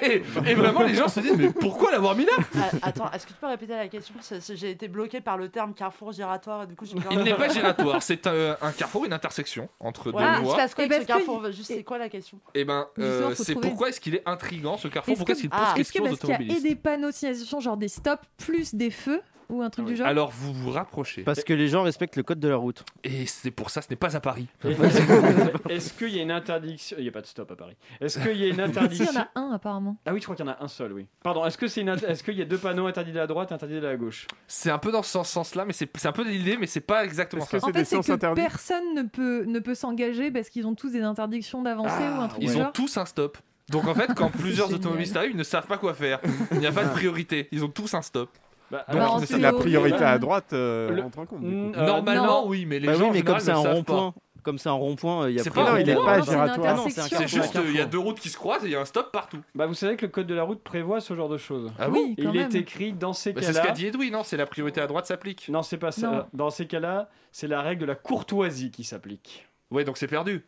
Speaker 1: Et, et vraiment, les gens se disent mais pourquoi l'avoir mis là
Speaker 10: Ah, Attends, est-ce que tu peux répéter la question Parce que J'ai été bloqué par le terme carrefour giratoire et du coup j'ai
Speaker 1: Il n'est pas giratoire, c'est un, un carrefour, une intersection entre
Speaker 10: Voilà, il
Speaker 1: deux
Speaker 10: se
Speaker 1: voies.
Speaker 10: passe quoi
Speaker 12: Et
Speaker 10: avec
Speaker 12: parce
Speaker 10: ce
Speaker 12: que-
Speaker 10: carrefour Juste, c'est quoi la question
Speaker 1: Et ben, euh,
Speaker 12: Justement, faut
Speaker 1: c'est
Speaker 12: trouver.
Speaker 1: pourquoi est-ce qu'il est intrigant ce carrefour
Speaker 12: Est-ce que,
Speaker 1: Pourquoi est-ce qu'il pose
Speaker 12: Ah, est-ce que
Speaker 1: question aux
Speaker 12: parce qu'il y a et
Speaker 1: automobilistes
Speaker 12: des panneaux de signalisation, genre des stops plus des feux ou un truc du genre
Speaker 1: Ah Alors vous vous rapprochez.
Speaker 13: Parce que les gens respectent le code de la route.
Speaker 1: Et c'est pour ça, ce n'est pas à Paris.
Speaker 11: Et est-ce- Est-ce qu'il y a une interdiction Il n'y a pas de stop à Paris. Est-ce qu'il y a une
Speaker 12: Si, il y en
Speaker 11: interdiction
Speaker 12: a un apparemment.
Speaker 11: Ah oui, je crois qu'il y en a un seul, oui. Pardon, est-ce que c'est une inter- est-ce qu'il y a deux panneaux interdits de la droite et interdits de la gauche
Speaker 1: C'est un peu dans ce sens-là, mais c'est c'est un peu l'idée, mais c'est pas exactement
Speaker 14: Est-ce que
Speaker 1: ça.
Speaker 12: En
Speaker 14: C'est des
Speaker 12: fait, c'est
Speaker 14: sens
Speaker 12: que
Speaker 14: interdits.
Speaker 12: personne ne peut, ne peut s'engager parce qu'ils ont tous des interdictions d'avancer ou un truc
Speaker 1: Ah, Ils
Speaker 12: du
Speaker 1: ont
Speaker 12: genre.
Speaker 1: tous un stop. Donc en fait, quand plusieurs
Speaker 12: génial.
Speaker 1: automobilistes arrivent, ils ne savent pas quoi faire. Il n'y a pas de priorité. Ils ont tous un stop.
Speaker 11: Bah,
Speaker 1: Donc,
Speaker 12: alors,
Speaker 1: ils ne
Speaker 12: en
Speaker 1: savent-
Speaker 14: La
Speaker 12: théorie,
Speaker 14: priorité
Speaker 12: euh,
Speaker 14: à droite euh,
Speaker 11: le-
Speaker 14: rentre en compte. du coup.
Speaker 11: Mm, euh,
Speaker 1: Normalement, oui, mais les
Speaker 13: bah
Speaker 1: gens
Speaker 13: oui,
Speaker 1: en
Speaker 13: mais comme
Speaker 1: général,
Speaker 13: c'est
Speaker 1: ne
Speaker 13: un
Speaker 1: savent pas.
Speaker 13: rond-point, comme c'est un rond-point, il y a
Speaker 1: C'est
Speaker 13: pas,
Speaker 1: pas un
Speaker 13: de-
Speaker 14: Non, il est
Speaker 1: Non,
Speaker 14: pas
Speaker 1: non, c'est
Speaker 14: giratoire.
Speaker 12: interdit.
Speaker 13: Non, c'est un
Speaker 12: C'est
Speaker 1: C'est
Speaker 13: carrefour.
Speaker 1: juste, euh, il y a deux routes qui se croisent et il y a un stop partout.
Speaker 11: Bah, vous savez que le code de la route prévoit ce genre de choses.
Speaker 1: Ah
Speaker 12: oui,
Speaker 11: Et
Speaker 12: quand
Speaker 11: il
Speaker 12: même.
Speaker 11: est écrit dans ces
Speaker 1: Bah,
Speaker 11: cas-là.
Speaker 1: c'est ce qu'a dit Edoui, non C'est la priorité à droite s'applique.
Speaker 11: Non, c'est pas ça.
Speaker 12: Non.
Speaker 11: Dans ces cas-là, c'est la règle de la courtoisie qui s'applique.
Speaker 1: Ouais, donc c'est perdu.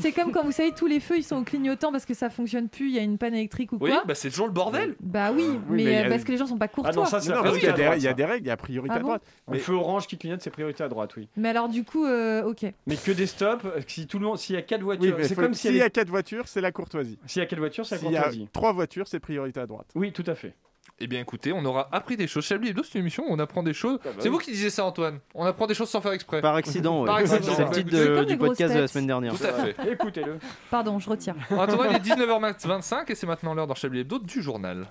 Speaker 12: C'est comme quand vous savez, tous les feux ils sont au clignotant parce que ça fonctionne plus, il y a une panne électrique ou
Speaker 1: Oui,
Speaker 12: quoi.
Speaker 1: bah c'est toujours le bordel.
Speaker 12: Bah oui, mais,
Speaker 14: mais il y
Speaker 12: euh,
Speaker 14: a-
Speaker 12: parce que les gens sont pas courtois.
Speaker 11: Ah non, ça c'est
Speaker 14: Non,
Speaker 11: la
Speaker 14: parce
Speaker 1: oui,
Speaker 14: qu'il y a
Speaker 11: priorité à
Speaker 14: des-
Speaker 11: droite.
Speaker 14: il y a des règles, il y a priorité
Speaker 12: Ah
Speaker 14: à
Speaker 12: bon
Speaker 14: droite.
Speaker 11: Un feu orange qui clignote, c'est priorité à droite, oui.
Speaker 12: Mais alors du coup, euh, ok.
Speaker 11: Mais que des stops, euh, si tout le monde, s'il y a quatre
Speaker 14: Oui,
Speaker 11: voitures,
Speaker 14: mais
Speaker 11: c'est
Speaker 14: faut-
Speaker 11: comme
Speaker 14: s'il
Speaker 11: s'il
Speaker 14: y
Speaker 11: y,
Speaker 14: a quatre voitures, c'est la courtoisie.
Speaker 11: s'il y a quatre voitures, c'est la
Speaker 14: S'il y a
Speaker 11: courtoisie.
Speaker 14: trois voitures, c'est priorité à droite.
Speaker 11: Oui, tout à fait.
Speaker 1: Eh bien écoutez, on aura appris des choses. Chablis Hebdo, c'est une émission où on apprend des choses. c'est vous qui disiez ça, Antoine. On apprend des choses sans faire exprès.
Speaker 13: Par accident, ouais.
Speaker 1: Par accident,
Speaker 13: C'est le
Speaker 1: ouais.
Speaker 13: titre
Speaker 1: C'est
Speaker 13: de-
Speaker 12: comme les
Speaker 13: du
Speaker 12: grosses
Speaker 13: podcast de la
Speaker 12: têtes.
Speaker 13: semaine dernière.
Speaker 1: Tout à fait.
Speaker 11: Écoutez-le.
Speaker 12: Pardon, je retire.
Speaker 1: Antoine, il est 19h25 et c'est maintenant l'heure dans Chablis Hebdo du journal.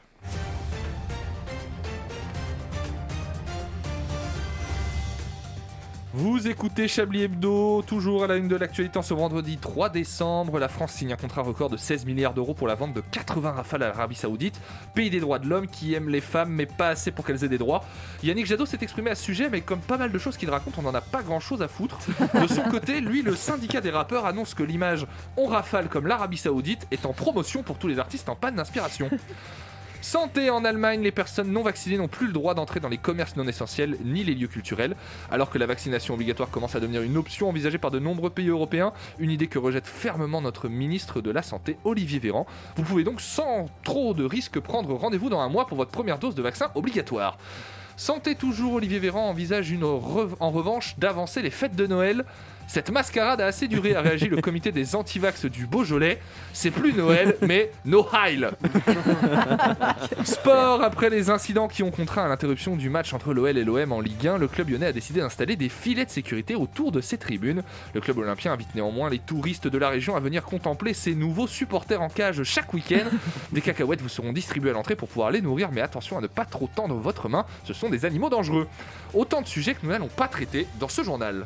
Speaker 1: Vous écoutez Chablis Hebdo, toujours à la une de l'actualité en ce vendredi 3 décembre. La France signe un contrat record de 16 milliards d'euros pour la vente de 80 rafales à l'Arabie Saoudite, pays des droits de l'homme qui aime les femmes mais pas assez pour qu'elles aient des droits. Yannick Jadot s'est exprimé à ce sujet, mais comme pas mal de choses qu'il raconte, on n'en a pas grand chose à foutre. De son côté, lui, le syndicat des rappeurs annonce que l'image On rafale comme l'Arabie Saoudite est en promotion pour tous les artistes en panne d'inspiration. Santé en Allemagne, les personnes non vaccinées n'ont plus le droit d'entrer dans les commerces non essentiels ni les lieux culturels. Alors que la vaccination obligatoire commence à devenir une option envisagée par de nombreux pays européens, une idée que rejette fermement notre ministre de la Santé, Olivier Véran. Vous pouvez donc sans trop de risque prendre rendez-vous dans un mois pour votre première dose de vaccin obligatoire. Santé toujours, Olivier Véran envisage une rev- en revanche d'avancer les fêtes de Noël. Cette mascarade a assez duré, a réagi le comité des antivax du Beaujolais. C'est plus Noël, mais no Heil. Sport, après les incidents qui ont contraint à l'interruption du match entre l'OL et l'OM en Ligue 1, le club lyonnais a décidé d'installer des filets de sécurité autour de ses tribunes. Le club olympien invite néanmoins les touristes de la région à venir contempler ses nouveaux supporters en cage chaque week-end. Des cacahuètes vous seront distribuées à l'entrée pour pouvoir les nourrir, mais attention à ne pas trop tendre votre main, ce sont des animaux dangereux. Autant de sujets que nous n'allons pas traiter dans ce journal.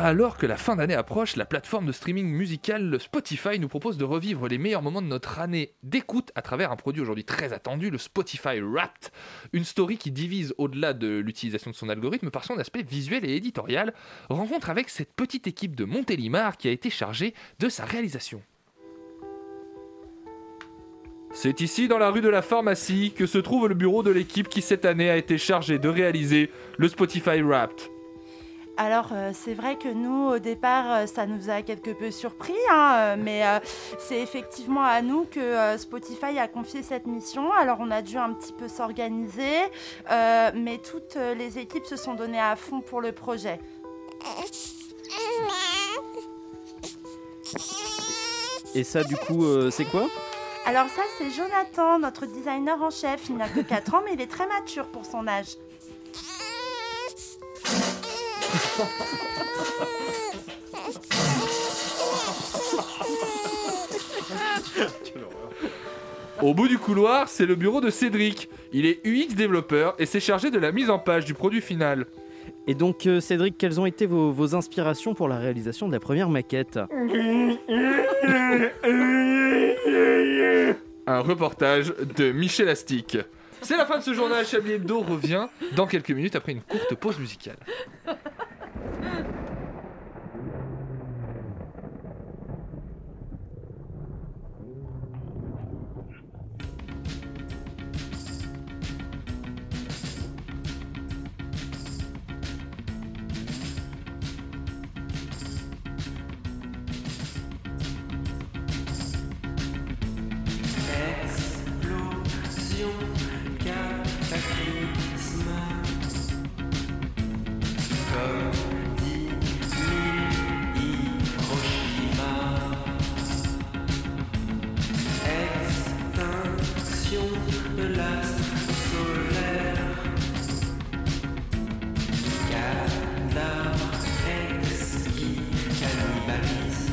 Speaker 1: Alors que la fin d'année approche, la plateforme de streaming musical Spotify nous propose de revivre les meilleurs moments de notre année d'écoute à travers un produit aujourd'hui très attendu, le Spotify Wrapped, une story qui divise au-delà de l'utilisation de son algorithme par son aspect visuel et éditorial, rencontre avec cette petite équipe de Montélimar qui a été chargée de sa réalisation. C'est ici, dans la rue de la pharmacie, que se trouve le bureau de l'équipe qui cette année a été chargée de réaliser le Spotify Wrapped.
Speaker 10: Alors, euh, c'est vrai que nous, au départ, euh, ça nous a quelque peu surpris, hein, euh, mais euh, c'est effectivement à nous que euh, Spotify a confié cette mission. Alors, on a dû un petit peu s'organiser, euh, mais toutes euh, les équipes se sont données à fond pour le projet.
Speaker 13: Et ça, du coup, euh, c'est quoi
Speaker 10: Alors ça, c'est Jonathan, notre designer en chef. Il n'a que 4 ans, mais il est très mature pour son âge.
Speaker 1: Au bout du couloir, c'est le bureau de Cédric. Il est UX développeur et s'est chargé de la mise en page du produit final.
Speaker 13: Et donc, euh, Cédric, quelles ont été vos, vos inspirations pour la réalisation de la première maquette
Speaker 1: Un reportage de Michel Astic. C'est la fin de ce journal. Chablis Hebdo revient dans quelques minutes après une courte pause musicale.
Speaker 2: Explosion, cataclysme. Comme dit Hiroshima. Extinction de l'astre solaire. Cadavre exquis, cannibalisme.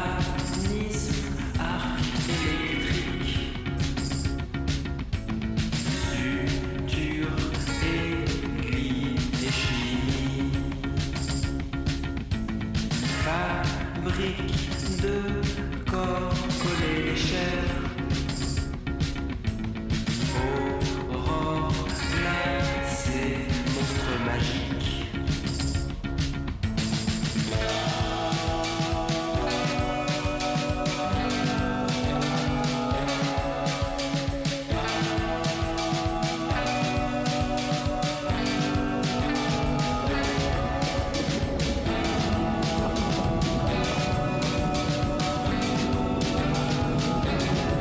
Speaker 2: Galvanisme, arc électrique, suture, aiguille et chimie, fabrique de corps collés et chair, aurore glacée, monstre magique. Thank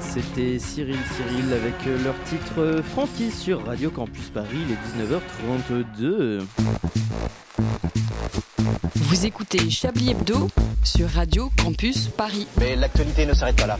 Speaker 13: C'était Cyril Cyril avec euh, leur titre euh, Francky sur Radio Campus Paris, les 19h32.
Speaker 8: Vous écoutez Chablis Hebdo sur Radio Campus Paris.
Speaker 4: Mais l'actualité ne s'arrête pas là.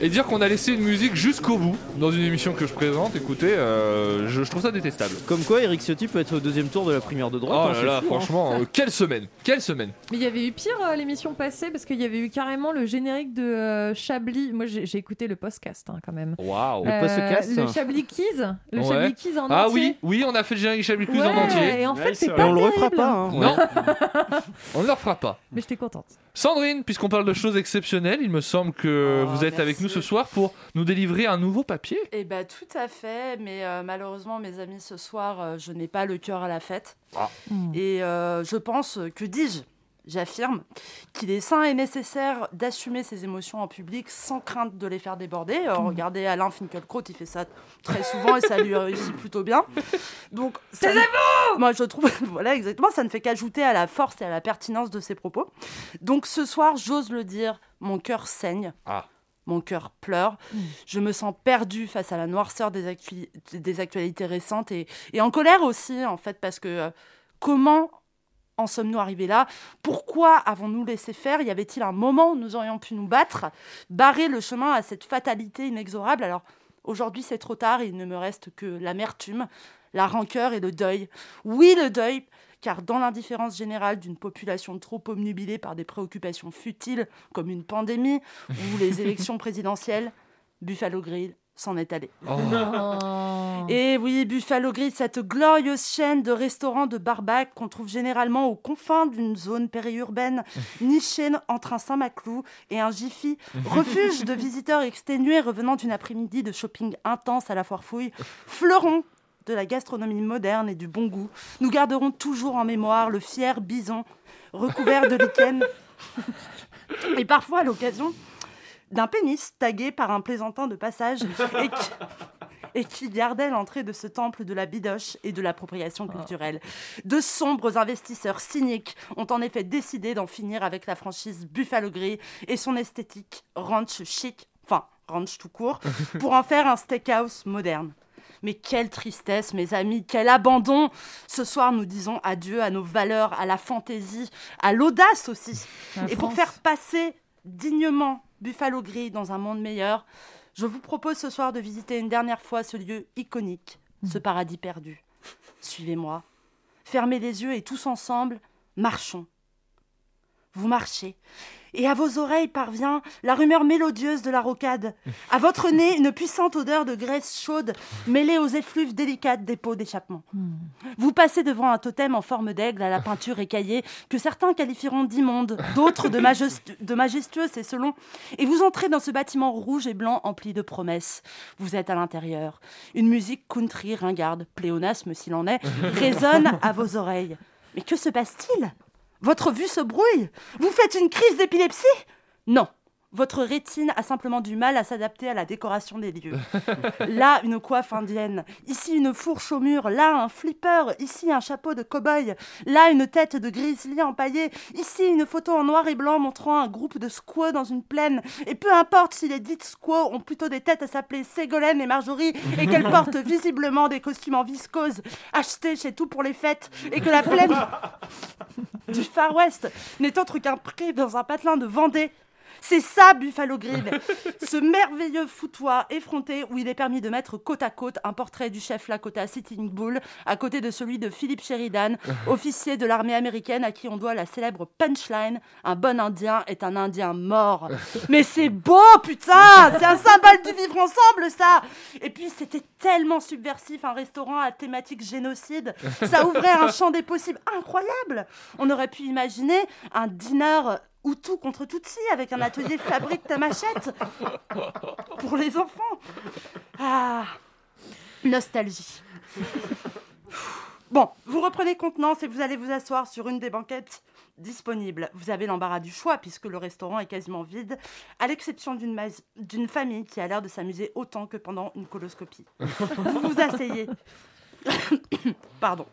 Speaker 1: Et dire qu'on a laissé une musique jusqu'au bout dans une émission que je présente, écoutez, euh, je, je trouve ça détestable.
Speaker 13: Comme quoi, Eric Ciotti peut être au deuxième tour de la primaire de droite.
Speaker 1: Oh
Speaker 13: hein,
Speaker 1: là
Speaker 13: c'est
Speaker 1: là,
Speaker 13: fou, hein.
Speaker 1: franchement, euh, quelle semaine Quelle semaine
Speaker 12: Mais il y avait eu pire euh, l'émission passée parce qu'il y avait eu carrément le générique de euh, Chablis. Moi j'ai j'ai écouté le podcast hein, quand même.
Speaker 1: Waouh
Speaker 12: Euh, Le Chablis Keys. Le
Speaker 1: Ouais.
Speaker 12: Chablis Keys en
Speaker 1: Ah
Speaker 12: entier.
Speaker 1: oui, oui, on a fait le générique Chablis Quiz en
Speaker 12: Ouais,
Speaker 1: entier.
Speaker 12: et en fait, Ouais, c'est c'est pas vrai. Et on le refera terrible. pas, hein.
Speaker 1: Non, on ne le refera pas.
Speaker 12: Mais j'étais contente.
Speaker 1: Sandrine, puisqu'on parle de choses exceptionnelles, il me semble
Speaker 12: Oh,
Speaker 1: que vous êtes avec nous ce soir pour nous délivrer un nouveau papier.
Speaker 10: Eh bien, tout à fait, mais euh, malheureusement, mes amis, ce soir, euh, je n'ai pas le cœur à la fête. Et euh, je pense, euh, que dis-je J'affirme qu'il est sain et nécessaire d'assumer ses émotions en public sans crainte de les faire déborder. Euh, regardez Alain Finkielkraut, il fait ça très souvent et ça lui réussit plutôt bien. Donc, ça ne- Moi, je trouve, voilà, exactement, ça ne fait qu'ajouter à la force et à la pertinence de ses propos. Donc, ce soir, j'ose le dire, mon cœur saigne.
Speaker 1: Ah.
Speaker 10: Mon cœur pleure. Je me sens perdue face à la noirceur des, actu- des actualités récentes et, et en colère aussi, en fait, parce que euh, comment en sommes-nous arrivés là Pourquoi avons-nous laissé faire Y avait-il un moment où nous aurions pu nous battre Barrer le chemin à cette fatalité inexorable Alors, aujourd'hui, c'est trop tard, il ne me reste que l'amertume, la rancœur et le deuil. Oui, le deuil car dans l'indifférence générale d'une population trop omnubilée par des préoccupations futiles comme une pandémie ou les élections présidentielles, Buffalo Grill s'en est allé.
Speaker 1: Oh.
Speaker 10: Et oui, Buffalo Grill, cette glorieuse chaîne de restaurants de barbac qu'on trouve généralement aux confins d'une zone périurbaine, nichée entre un Saint-Maclou et un Jiffy, refuge de visiteurs exténués revenant d'une après-midi de shopping intense à la foire fouille, fleuron de la gastronomie moderne et du bon goût. Nous garderons toujours en mémoire le fier bison recouvert de lichen et parfois à l'occasion d'un pénis tagué par un plaisantin de passage et qui, et qui gardait l'entrée de ce temple de la bidoche et de l'appropriation culturelle. De sombres investisseurs cyniques ont en effet décidé d'en finir avec la franchise Buffalo Grill et son esthétique ranch chic, enfin ranch tout court, pour en faire un steakhouse moderne. Mais quelle tristesse, mes amis, quel abandon Ce soir, nous disons adieu à nos valeurs, à la fantaisie, à l'audace aussi.
Speaker 12: La
Speaker 10: Et pour
Speaker 12: France.
Speaker 10: faire passer dignement Buffalo Grill dans un monde meilleur, je vous propose ce soir de visiter une dernière fois ce lieu iconique,
Speaker 12: Mm.
Speaker 10: ce paradis perdu. Suivez-moi. Fermez les yeux et tous ensemble, marchons. Vous marchez. Et à vos oreilles parvient la rumeur mélodieuse de la rocade. À votre nez, une puissante odeur de graisse chaude mêlée aux effluves délicates des pots d'échappement.
Speaker 12: Mm.
Speaker 10: Vous passez devant un totem en forme d'aigle à la peinture écaillée que certains qualifieront d'immonde, d'autres de, majestu- de majestueux, c'est selon. Et vous entrez dans ce bâtiment rouge et blanc empli de promesses. Vous êtes à l'intérieur. Une musique country ringarde, pléonasme s'il en est, résonne à vos oreilles. Mais que se passe-t-il Votre vue se brouille Vous faites une crise d'épilepsie Non. Votre rétine a simplement du mal à s'adapter à la décoration des lieux. Là, une coiffe indienne. Ici, une fourche au mur. Là, un flipper. Ici, un chapeau de cow-boy. Là, une tête de grizzly empaillée. Ici, une photo en noir et blanc montrant un groupe de squaws dans une plaine. Et peu importe si les dites squaws ont plutôt des têtes à s'appeler Ségolène et Marjorie et qu'elles portent visiblement des costumes en viscose achetés chez tout pour les fêtes et que la plaine du Far West n'est autre qu'un pré dans un patelin de Vendée. C'est ça Buffalo Grill, ce merveilleux foutoir effronté où il est permis de mettre côte à côte un portrait du chef Lakota Sitting Bull à côté de celui de Philip Sheridan, officier de l'armée américaine à qui on doit la célèbre punchline Un bon indien est un indien mort. Mais c'est beau putain, c'est un symbole du vivre ensemble ça. Et puis c'était tellement subversif un restaurant à thématique génocide, ça ouvrait un champ des possibles incroyable. On aurait pu imaginer un dîner ou tout contre Tutsi avec un atelier fabrique ta machette pour les enfants. Ah, nostalgie. Bon, vous reprenez contenance et vous allez vous asseoir sur une des banquettes disponibles. Vous avez l'embarras du choix puisque le restaurant est quasiment vide, à l'exception d'une mas- d'une famille qui a l'air de s'amuser autant que pendant une coloscopie. vous vous asseyez. Pardon.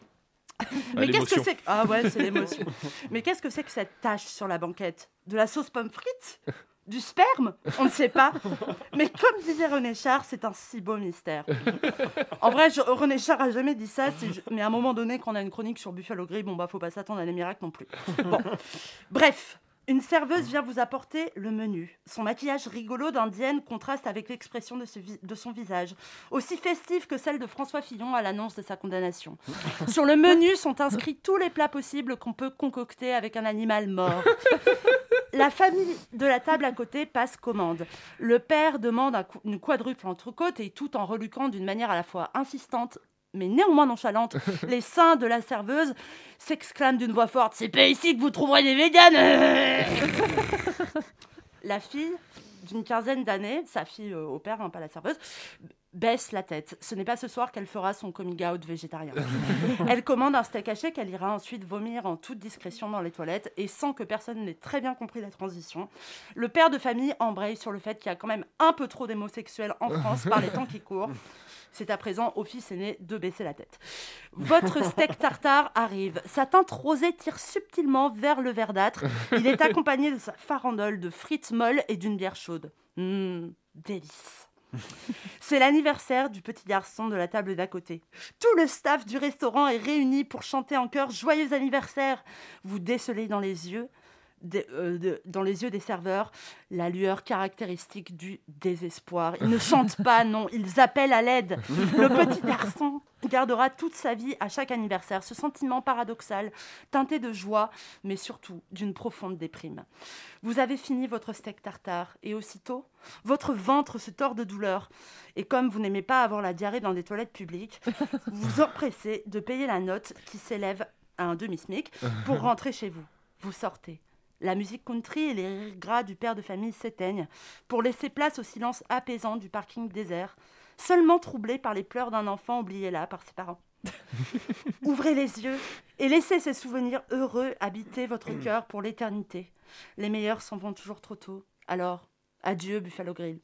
Speaker 10: Mais qu'est-ce que
Speaker 2: l'émotion.
Speaker 10: c'est que... Ah ouais, c'est l'émotion. Mais qu'est-ce que c'est que cette tache sur la banquette De la sauce pomme frite Du sperme On ne sait pas. Mais comme disait René Char, c'est un si beau mystère. En vrai, je- René Char a jamais dit ça, c'est ju- mais à un moment donné, quand on a une chronique sur Buffalo Grill, bon bah faut pas s'attendre à des miracles non plus. Bon. Bref, une serveuse vient vous apporter le menu. Son maquillage rigolo d'indienne contraste avec l'expression de, ce vi- de son visage, aussi festive que celle de François Fillon à l'annonce de sa condamnation. Sur le menu sont inscrits tous les plats possibles qu'on peut concocter avec un animal mort. La famille de la table à côté passe commande. Le père demande un cou- une quadruple entrecôte et tout en reluquant d'une manière à la fois insistante mais néanmoins nonchalante, les seins de la serveuse s'exclament d'une voix forte C'est pas ici que vous trouverez des véganes La fille d'une quinzaine d'années, sa fille euh, au père, hein, pas la serveuse, baisse la tête. Ce n'est pas ce soir qu'elle fera son coming out végétarien. Elle commande un steak haché qu'elle ira ensuite vomir en toute discrétion dans les toilettes et sans que personne n'ait très bien compris la transition. Le père de famille embraye sur le fait qu'il y a quand même un peu trop d'homosexuels en France par les temps qui courent. C'est à présent au fils aîné de baisser la tête. Votre steak tartare arrive. Sa teinte rosée tire subtilement vers le verdâtre. Il est accompagné de sa farandole de frites molles et d'une bière chaude. Mmh, délice. C'est l'anniversaire du petit garçon de la table d'à côté. Tout le staff du restaurant est réuni pour chanter en chœur Joyeux anniversaire. Vous décelez dans les yeux, des- euh, de- dans les yeux des serveurs, la lueur caractéristique du désespoir. Ils ne chantent pas, non, ils appellent à l'aide. Le petit garçon gardera toute sa vie à chaque anniversaire ce sentiment paradoxal, teinté de joie, mais surtout d'une profonde déprime. Vous avez fini votre steak tartare et aussitôt, votre ventre se tord de douleur. Et comme vous n'aimez pas avoir la diarrhée dans des toilettes publiques, vous vous empressez de payer la note qui s'élève à un demi-smic pour rentrer chez vous. Vous sortez. La musique country et les rires gras du père de famille s'éteignent pour laisser place au silence apaisant du parking désert, seulement troublé par les pleurs d'un enfant oublié là par ses parents. Ouvrez les yeux et laissez ces souvenirs heureux habiter votre cœur pour l'éternité. Les meilleurs s'en vont toujours trop tôt. Alors, adieu Buffalo Grill.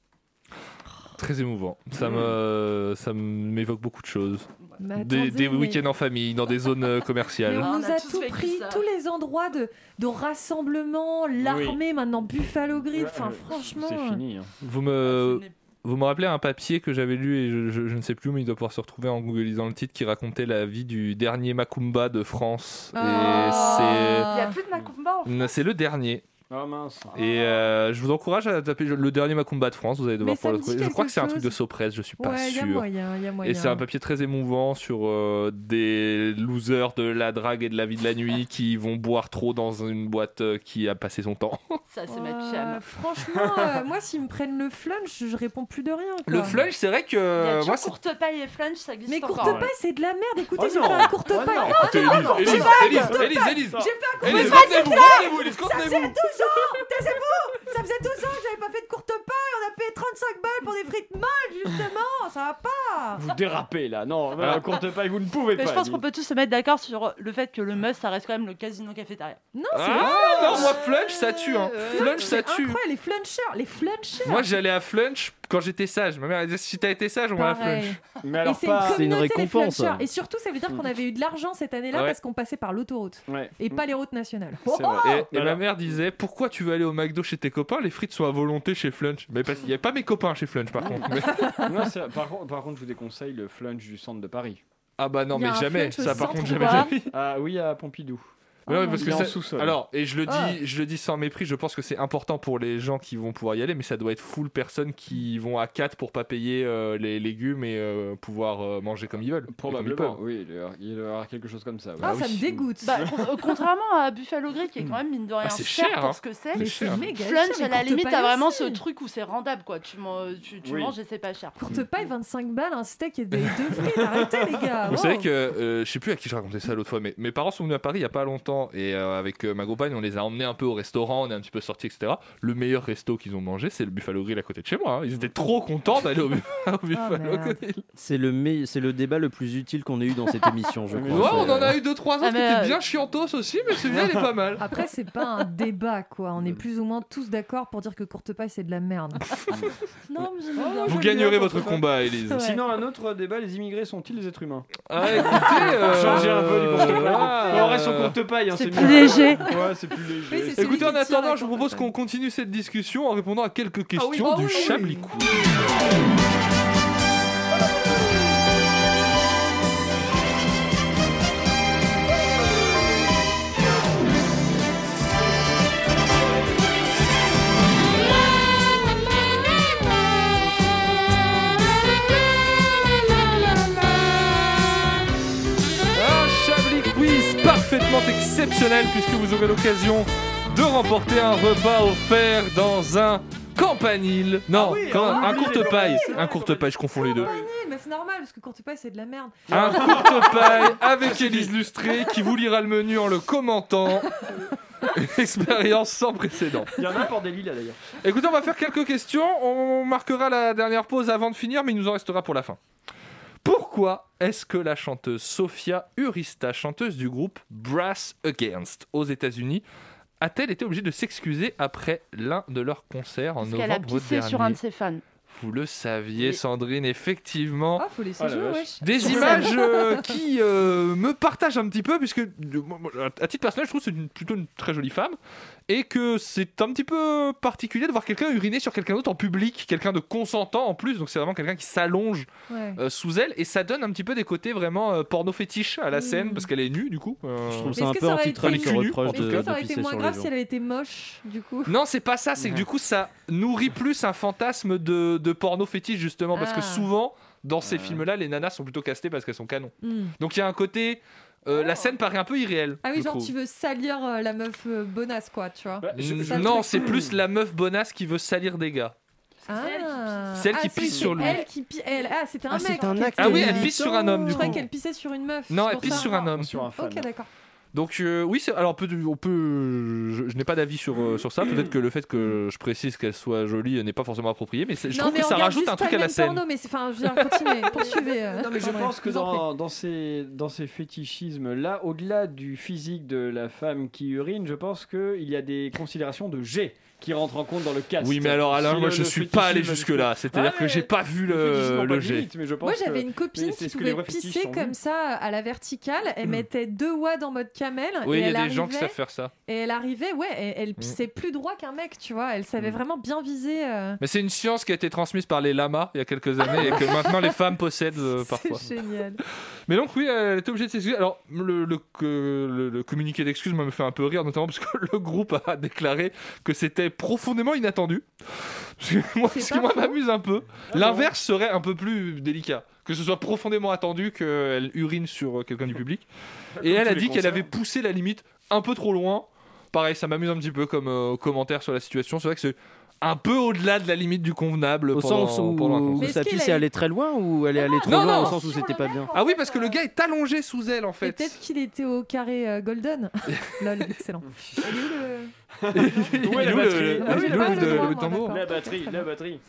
Speaker 1: Très émouvant. Ça me, ça m'évoque beaucoup de choses.
Speaker 12: Mais Bah,
Speaker 10: Bah,
Speaker 12: attendez,
Speaker 1: Des, des
Speaker 12: mais-
Speaker 1: week-ends en famille, dans des zones euh,
Speaker 12: Mais
Speaker 1: commerciales.
Speaker 12: on
Speaker 10: on
Speaker 12: nous
Speaker 10: a
Speaker 12: a
Speaker 10: tous
Speaker 12: tout
Speaker 10: vécu
Speaker 12: pris,
Speaker 10: ça.
Speaker 12: tous les endroits de, de rassemblement, l'armée, maintenant Buffalo Grill, enfin
Speaker 11: Ouais, euh,
Speaker 12: franchement. euh,
Speaker 11: C'est fini. hein.
Speaker 1: Vous me, vous me rappelez un papier que j'avais lu et je, je- je ne sais plus, mais il doit pouvoir se retrouver en googlisant le titre qui racontait la vie du dernier Macumba de France.
Speaker 12: Oh.
Speaker 10: Il n'y a plus de Macumba en
Speaker 1: Et c'est. C'est le dernier.
Speaker 11: Ah mince.
Speaker 1: Et euh, je vous encourage à taper le dernier Macumba de France, vous allez devoir
Speaker 12: Oh. Mais ça
Speaker 1: pouvoir le
Speaker 12: me dit
Speaker 1: trouver. Je crois
Speaker 12: quelque
Speaker 1: que c'est un truc
Speaker 12: chose.
Speaker 1: de Sopresse, je suis pas
Speaker 12: Ouais, y a
Speaker 1: sûr.
Speaker 12: moyen, y a moyen.
Speaker 1: Et c'est un papier très émouvant sur euh, des losers de la drague et de la vie de la nuit qui vont boire trop dans une boîte euh, qui a passé son temps.
Speaker 10: Ça, c'est
Speaker 12: Euh,
Speaker 10: ma cham.
Speaker 12: Franchement, euh, moi, s'ils me prennent le flunch, je réponds plus de rien. quoi.
Speaker 1: Le flunch, c'est vrai
Speaker 10: Il y
Speaker 1: que
Speaker 10: a
Speaker 1: euh,
Speaker 10: toujours
Speaker 1: moi c'est
Speaker 10: courte paille et flunch, ça existe
Speaker 12: Mais
Speaker 10: encore.
Speaker 12: courte paille, c'est de la merde. Écoutez,
Speaker 1: Oh
Speaker 12: j'ai
Speaker 1: non.
Speaker 12: fait un courte
Speaker 1: Oh
Speaker 12: paille.
Speaker 1: non.
Speaker 12: Non,
Speaker 1: Écoutez,
Speaker 12: c'est pas
Speaker 1: Élise,
Speaker 12: courte paille.
Speaker 1: Élise, Élise,
Speaker 12: Courte
Speaker 1: Élise,
Speaker 12: paille.
Speaker 1: Élise.
Speaker 12: J'ai fait un courte
Speaker 1: Élise,
Speaker 12: paille.
Speaker 1: contenez-vous,
Speaker 12: j'ai fait-
Speaker 1: contenez-vous,
Speaker 12: Ça
Speaker 1: Élise,
Speaker 12: faisait 12
Speaker 1: contenez-vous.
Speaker 12: ans. Taisez-vous. Ça faisait 12 ans que j'avais pas fait de courte paille. On a payé 35 balles pour des frites molles, justement. Ça va pas.
Speaker 11: Eh, Vous dérapez là. Non, bah,
Speaker 1: Ah.
Speaker 11: courte paille, vous ne pouvez
Speaker 10: Mais
Speaker 11: pas.
Speaker 10: je pense
Speaker 11: Lily.
Speaker 10: qu'on peut tous se mettre d'accord sur le fait que le must, ça reste quand même le casino cafétéria.
Speaker 12: Non, c'est
Speaker 1: Ah
Speaker 12: le flunch.
Speaker 1: non, moi flunch ça tue hein. Flunch ça
Speaker 12: C'est
Speaker 1: tue.
Speaker 12: incroyable, les flunchers, les flunchers.
Speaker 1: Moi j'allais à flunch quand j'étais sage. Ma mère elle disait si t'as été sage on va à
Speaker 12: Pareil.
Speaker 1: flunch.
Speaker 11: Mais
Speaker 12: Et
Speaker 11: alors
Speaker 12: c'est une
Speaker 11: pas.
Speaker 13: C'est une
Speaker 12: communauté, les
Speaker 13: récompense.
Speaker 12: flunchers. Et surtout, ça veut dire qu'on avait eu de l'argent cette année-là
Speaker 1: Ouais.
Speaker 12: parce qu'on passait par l'autoroute
Speaker 11: Ouais.
Speaker 12: et pas Oh les routes nationales.
Speaker 11: C'est vrai. bah,
Speaker 1: Et, et ma mère disait pourquoi tu veux aller au McDo chez tes copains les frites sont à volonté chez Flunch mais parce qu'il n'y avait pas mes copains chez Flunch par contre Mais-
Speaker 11: Non, c'est- par, contre- par contre, je vous déconseille le flunch du centre de Paris.
Speaker 1: ah bah non
Speaker 11: Il y a
Speaker 1: mais
Speaker 11: un
Speaker 1: jamais
Speaker 11: flunch au
Speaker 1: ça par contre
Speaker 11: centre
Speaker 1: jamais
Speaker 11: ou
Speaker 1: de la
Speaker 11: pas
Speaker 1: vie.
Speaker 11: Ah oui, à Pompidou.
Speaker 1: Mais non, mais parce
Speaker 11: Il
Speaker 1: que
Speaker 11: est en
Speaker 1: ça-
Speaker 11: sous-sol.
Speaker 1: Alors, et je le dis,
Speaker 11: Ah.
Speaker 1: je le dis sans mépris, je pense que c'est important pour les gens qui vont pouvoir y aller, mais ça doit être full personnes qui vont à 4 pour pas payer euh, les légumes et euh, pouvoir euh, manger comme ils veulent. et comme ils
Speaker 11: Probablement,
Speaker 1: peuvent.
Speaker 11: oui, il doit y avoir- il doit y avoir quelque chose comme ça. oui.
Speaker 12: Ah,
Speaker 11: oui.
Speaker 12: ça me dégoûte.
Speaker 10: Bah, con- euh, contrairement à Buffalo Grill, qui est quand même mine de rien
Speaker 1: Hmm. c'est
Speaker 10: cher,
Speaker 1: cher, hein.
Speaker 10: pour ce que c'est.
Speaker 1: C'est Mais cher. c'est
Speaker 12: méga cher,
Speaker 10: Flunch,
Speaker 12: mais
Speaker 10: à la
Speaker 12: courte
Speaker 10: limite, t'as
Speaker 12: paille
Speaker 10: vraiment
Speaker 12: aussi.
Speaker 10: ce truc où c'est rendable, quoi. Tu, man- tu, tu
Speaker 11: Oui.
Speaker 10: manges et c'est pas cher.
Speaker 12: Courte paille, 25 balles, un steak et des deux frites. Arrêtez, les gars.
Speaker 11: Ah
Speaker 1: Vous
Speaker 12: wow.
Speaker 1: savez que euh, je sais plus à qui je racontais ça l'autre fois, mais mes parents sont venus à Paris il y a pas longtemps et euh, avec euh, ma compagne on les a emmenés un peu au restaurant, on est un petit peu sortis etc. Le meilleur resto qu'ils ont mangé c'est le Buffalo Grill à côté de chez moi. hein. Ils étaient trop contents d'aller au, bu- au
Speaker 11: Ah,
Speaker 1: Buffalo
Speaker 12: merde.
Speaker 1: Grill.
Speaker 13: C'est le, me- c'est le débat le plus utile qu'on ait eu dans cette émission, je
Speaker 1: Ouais,
Speaker 13: crois.
Speaker 1: on
Speaker 13: C'est-
Speaker 1: en a eu deux trois
Speaker 10: Ah,
Speaker 1: autres qui
Speaker 10: mais,
Speaker 1: étaient
Speaker 10: euh,
Speaker 1: bien chiantos aussi, mais celui-là il est pas mal.
Speaker 12: Après, c'est pas un débat, quoi. On est plus ou moins tous d'accord pour dire que courte paille, c'est de la merde.
Speaker 1: Ah,
Speaker 12: Oh,
Speaker 10: Non, mais j'aime
Speaker 11: Ah,
Speaker 10: bien.
Speaker 11: moi,
Speaker 1: Vous
Speaker 11: j'aime bien
Speaker 1: gagnerez
Speaker 11: quand
Speaker 1: votre
Speaker 11: on fait-
Speaker 1: combat, Élise.
Speaker 12: Ouais.
Speaker 11: Sinon, un autre débat les immigrés sont-ils des êtres humains
Speaker 1: Ah, écoutez, euh,
Speaker 11: Changer un peu les
Speaker 1: voilà,
Speaker 11: comportements. On reste sur
Speaker 1: euh,
Speaker 11: courte paille, pareil. hein,
Speaker 1: C'est
Speaker 11: mignon.
Speaker 1: plus léger.
Speaker 11: Ouais, c'est plus léger.
Speaker 1: Oui, c'est celui Écoutez, en attendant, je vous propose qu'on continue cette discussion en répondant à quelques questions
Speaker 11: Ah
Speaker 1: du
Speaker 11: oui.
Speaker 1: Chablicou. Un Chablis Quiz parfaitement exceptionnel puisque vous aurez l'occasion de remporter un repas offert dans un campanile. Non, quand-
Speaker 11: hein.
Speaker 12: ah
Speaker 1: un
Speaker 12: oui,
Speaker 1: courte
Speaker 12: les
Speaker 1: paille.
Speaker 12: campaniles.
Speaker 1: Un courte paille, je confonds les deux.
Speaker 12: mais c'est normal parce que courte paille c'est de la merde.
Speaker 1: Un courte paille avec Élise Lustré qui vous lira le menu en le commentant. Une Expérience sans précédent.
Speaker 11: Il y en a pour des lilas d'ailleurs.
Speaker 1: Écoutez, on va faire quelques questions. On marquera la dernière pause avant de finir, mais il nous en restera pour la fin. Pourquoi est-ce que la chanteuse Sofia Urista, chanteuse du groupe Brass Against aux États-Unis, a-t-elle été obligée de s'excuser après l'un de leurs concerts en
Speaker 10: Parce qu'elle a
Speaker 1: novembre
Speaker 10: pissé
Speaker 1: dernier
Speaker 10: sur un de ses fans.
Speaker 1: Vous le saviez, Sandrine, effectivement.
Speaker 10: Ah, faut laisser Ah la jouer, vache. wesh.
Speaker 1: Des images euh, qui euh, me partagent un petit peu, puisque euh, moi, moi, à titre personnel, je trouve que c'est une- plutôt une très jolie femme, et que c'est un petit peu particulier de voir quelqu'un uriner sur quelqu'un d'autre en public, quelqu'un de consentant en plus, donc c'est vraiment quelqu'un qui s'allonge
Speaker 12: Ouais.
Speaker 1: euh, sous elle, et ça donne un petit peu des côtés vraiment euh, porno fétiche
Speaker 15: Mm.
Speaker 1: à la scène, parce qu'elle est nue du coup. euh,
Speaker 13: Je trouve
Speaker 12: ça Mais est-ce un que peu ça aurait antitrans été-
Speaker 1: Elle est nue,
Speaker 13: reproche
Speaker 1: en tout
Speaker 13: de-
Speaker 1: cas.
Speaker 12: Ça aurait été
Speaker 13: pisser
Speaker 12: moins
Speaker 13: sur les
Speaker 12: grave
Speaker 13: gens.
Speaker 12: si elle avait été moche du coup.
Speaker 1: Non, c'est pas ça, c'est que du coup ça nourrit plus un fantasme de, de porno fétiche justement, parce que
Speaker 12: Ah.
Speaker 1: souvent dans ces films-là, les nanas sont plutôt castées parce qu'elles sont canons.
Speaker 12: Hmm.
Speaker 1: Donc il y a un côté. euh, La scène paraît un peu irréelle.
Speaker 15: Oh. Ah oui,
Speaker 1: je
Speaker 15: genre
Speaker 1: trouve.
Speaker 15: tu veux salir euh, la meuf euh, bonasse quoi, tu
Speaker 11: Bah,
Speaker 15: vois.
Speaker 1: Mm,
Speaker 15: Ça, le
Speaker 1: Non,
Speaker 15: truc.
Speaker 1: c'est plus la meuf bonasse qui veut salir des gars.
Speaker 15: Ah.
Speaker 1: C'est elle qui
Speaker 15: Ah, ça,
Speaker 1: pisse
Speaker 15: c'est
Speaker 1: sur lui.
Speaker 15: Elle qui pi- elle- Ah, c'était un
Speaker 13: Ah,
Speaker 15: mec.
Speaker 13: c'est un
Speaker 15: qui-
Speaker 13: acte
Speaker 1: Ah oui, elle pisse sur un homme
Speaker 15: Je
Speaker 1: du
Speaker 15: croyais
Speaker 1: coup.
Speaker 15: qu'elle pissait sur une meuf.
Speaker 1: Non,
Speaker 15: c'est
Speaker 1: elle
Speaker 15: pour
Speaker 1: pisse
Speaker 15: ça.
Speaker 1: sur un homme.
Speaker 15: Ok,
Speaker 11: hein.
Speaker 15: d'accord.
Speaker 1: Donc euh, oui, c'est- alors on peut, on peut- je, je n'ai pas d'avis sur, euh, sur ça. Peut-être que le fait que je précise qu'elle soit jolie n'est pas forcément approprié, mais c'est- je
Speaker 15: Non,
Speaker 1: trouve
Speaker 15: mais
Speaker 1: que
Speaker 15: on
Speaker 1: ça
Speaker 15: regarde
Speaker 1: rajoute
Speaker 15: juste
Speaker 1: un truc à
Speaker 15: Thailand
Speaker 1: la scène.
Speaker 15: Porno, mais c'est- enfin, je veux dire, continuez, poursuivez. euh.
Speaker 11: Non mais je
Speaker 15: Pardon,
Speaker 11: pense que
Speaker 15: vous en
Speaker 11: dans, dans ces, dans ces fétichismes là, au-delà du physique de la femme qui urine, je pense qu'il y a des considérations de G qui rentrent en compte dans le cast.
Speaker 1: Oui, mais alors Alain,
Speaker 11: Si euh,
Speaker 1: moi
Speaker 11: le-
Speaker 1: je
Speaker 11: le
Speaker 1: suis pas allé
Speaker 11: fétichisme-
Speaker 1: jusque là. C'est-à-dire
Speaker 11: Ah,
Speaker 1: que j'ai pas vu le,
Speaker 11: fétichisme,
Speaker 1: le
Speaker 11: pas de
Speaker 1: jet.
Speaker 11: limite, mais je pense
Speaker 15: Moi,
Speaker 11: que-
Speaker 15: j'avais une copine
Speaker 11: mais c'est
Speaker 15: qui
Speaker 11: ce que les
Speaker 15: pouvait
Speaker 11: vrais fétiches
Speaker 15: pisser
Speaker 11: ont vu.
Speaker 15: comme ça euh, à la verticale. Elle mettait deux wads en mode camel.
Speaker 1: Mm. Oui,
Speaker 15: et
Speaker 1: il y
Speaker 15: elle
Speaker 1: a des gens qui
Speaker 15: arrivait-
Speaker 1: savent Mm. faire ça.
Speaker 15: Et elle arrivait, ouais, et- elle pissait plus droit qu'un mec, tu vois. Elle
Speaker 1: Mm.
Speaker 15: savait vraiment bien viser. euh.
Speaker 1: Mais c'est une science qui a été transmise par les lamas il y a quelques années et que maintenant les femmes possèdent euh, parfois.
Speaker 15: C'est génial.
Speaker 1: Mais donc oui, elle était obligée de s'excuser. Alors le, le, que- le- le communiqué d'excuses moi, me fait un peu rire, notamment parce que le groupe a déclaré que c'était profondément inattendu. Parce que moi,
Speaker 11: C'est
Speaker 1: ce qui
Speaker 11: pas
Speaker 1: moi,
Speaker 11: faux.
Speaker 1: m'amuse un peu, l'inverse serait un peu plus délicat. Que ce soit profondément attendu qu'elle urine sur euh, quelqu'un du public. Et
Speaker 11: Comme
Speaker 1: elle a
Speaker 11: tous les
Speaker 1: dit qu'elle
Speaker 11: concerts.
Speaker 1: avait poussé la limite un peu trop loin. Pareil, ça m'amuse un petit peu comme euh, commentaire sur la situation. C'est vrai que c'est un peu au-delà de la limite du convenable
Speaker 13: Au
Speaker 1: pendant,
Speaker 13: sens
Speaker 1: pendant un
Speaker 13: où sa
Speaker 1: concert.
Speaker 13: pisse est allée très loin ou elle est allée trop
Speaker 1: non,
Speaker 13: loin
Speaker 1: non.
Speaker 13: au sens où c'était pas bien
Speaker 1: Ah oui, parce que le gars est allongé sous elle en
Speaker 15: Et
Speaker 1: fait.
Speaker 15: peut-être qu'il était au carré euh, Golden. Lol, excellent. Il est où le-
Speaker 11: Où est
Speaker 1: Il
Speaker 11: la
Speaker 1: est où
Speaker 11: batterie
Speaker 1: le-
Speaker 11: Ah oui,
Speaker 1: il est
Speaker 11: la
Speaker 1: où
Speaker 11: batterie,
Speaker 1: le-
Speaker 11: moi,
Speaker 1: le
Speaker 11: moi,
Speaker 1: tambour
Speaker 11: La batterie, la batterie.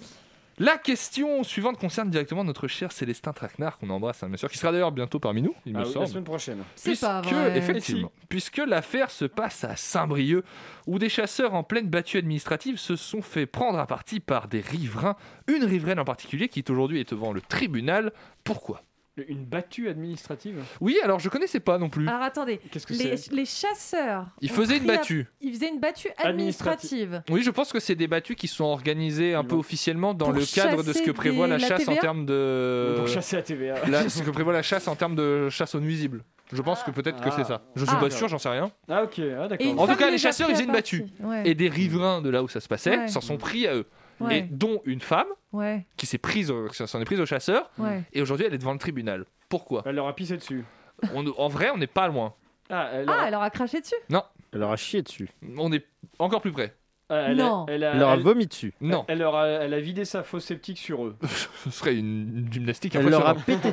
Speaker 1: La question suivante concerne directement notre cher Célestin Traquenard, qu'on embrasse, hein, bien sûr, qui sera d'ailleurs bientôt parmi nous, il
Speaker 11: Ah
Speaker 1: me
Speaker 11: oui,
Speaker 1: semble.
Speaker 11: la semaine prochaine.
Speaker 15: C'est pas
Speaker 1: Puisque-
Speaker 15: vrai.
Speaker 1: effectivement, puisque l'affaire se passe à Saint-Brieuc, où des chasseurs en pleine battue administrative se sont fait prendre à partie par des riverains, une riveraine en particulier qui est aujourd'hui est devant le tribunal. Pourquoi
Speaker 11: Une battue administrative
Speaker 1: Oui, alors je connaissais pas non
Speaker 11: Ah,
Speaker 1: plus.
Speaker 15: Alors attendez,
Speaker 1: Qu'est-ce que
Speaker 15: les,
Speaker 1: c'est
Speaker 15: les chasseurs.
Speaker 1: Ils
Speaker 15: ont
Speaker 1: faisaient une
Speaker 15: pris à-
Speaker 1: battue.
Speaker 15: Ils faisaient une battue administrative.
Speaker 1: Oui, je pense que c'est des battues qui sont organisées un peu officiellement dans
Speaker 11: Pour
Speaker 1: le cadre de ce
Speaker 11: chasser
Speaker 1: que prévoit
Speaker 11: des-
Speaker 1: la
Speaker 11: la
Speaker 1: chasse en
Speaker 11: TVA?
Speaker 1: termes de.
Speaker 11: Pour chasser la TVA.
Speaker 1: La- ce que prévoit la chasse en termes de chasse aux nuisibles. Je pense que peut-être que c'est ça. Je suis
Speaker 11: Ah.
Speaker 1: pas sûr, j'en sais rien.
Speaker 11: Ah ok, ah,
Speaker 1: En
Speaker 11: d'accord.
Speaker 1: tout cas, les chasseurs, ils faisaient une battue.
Speaker 15: Ouais.
Speaker 1: Et des riverains de là où ça se passait
Speaker 15: Ouais.
Speaker 1: s'en sont pris à eux.
Speaker 15: Ouais.
Speaker 1: Et dont une femme
Speaker 15: Ouais.
Speaker 1: qui s'est prise, au- qui s'en est prise aux chasseurs.
Speaker 15: Ouais.
Speaker 1: Et aujourd'hui, elle est devant le tribunal. Pourquoi
Speaker 11: Elle leur a pissé dessus.
Speaker 1: en vrai, on n'est pas loin.
Speaker 11: Ah, elle
Speaker 15: Ah, elle leur a craché dessus.
Speaker 1: Non.
Speaker 13: Elle leur a chié dessus.
Speaker 1: On est encore plus près.
Speaker 11: Ah, elle a-
Speaker 15: Non.
Speaker 11: elle a-
Speaker 13: Elle leur a
Speaker 11: elle-
Speaker 13: vomi dessus.
Speaker 1: Non.
Speaker 11: Elle, leur a, elle a vidé sa fosse sceptique sur eux.
Speaker 1: Ce serait une une gymnastique
Speaker 13: Elle leur a
Speaker 1: impressionnante.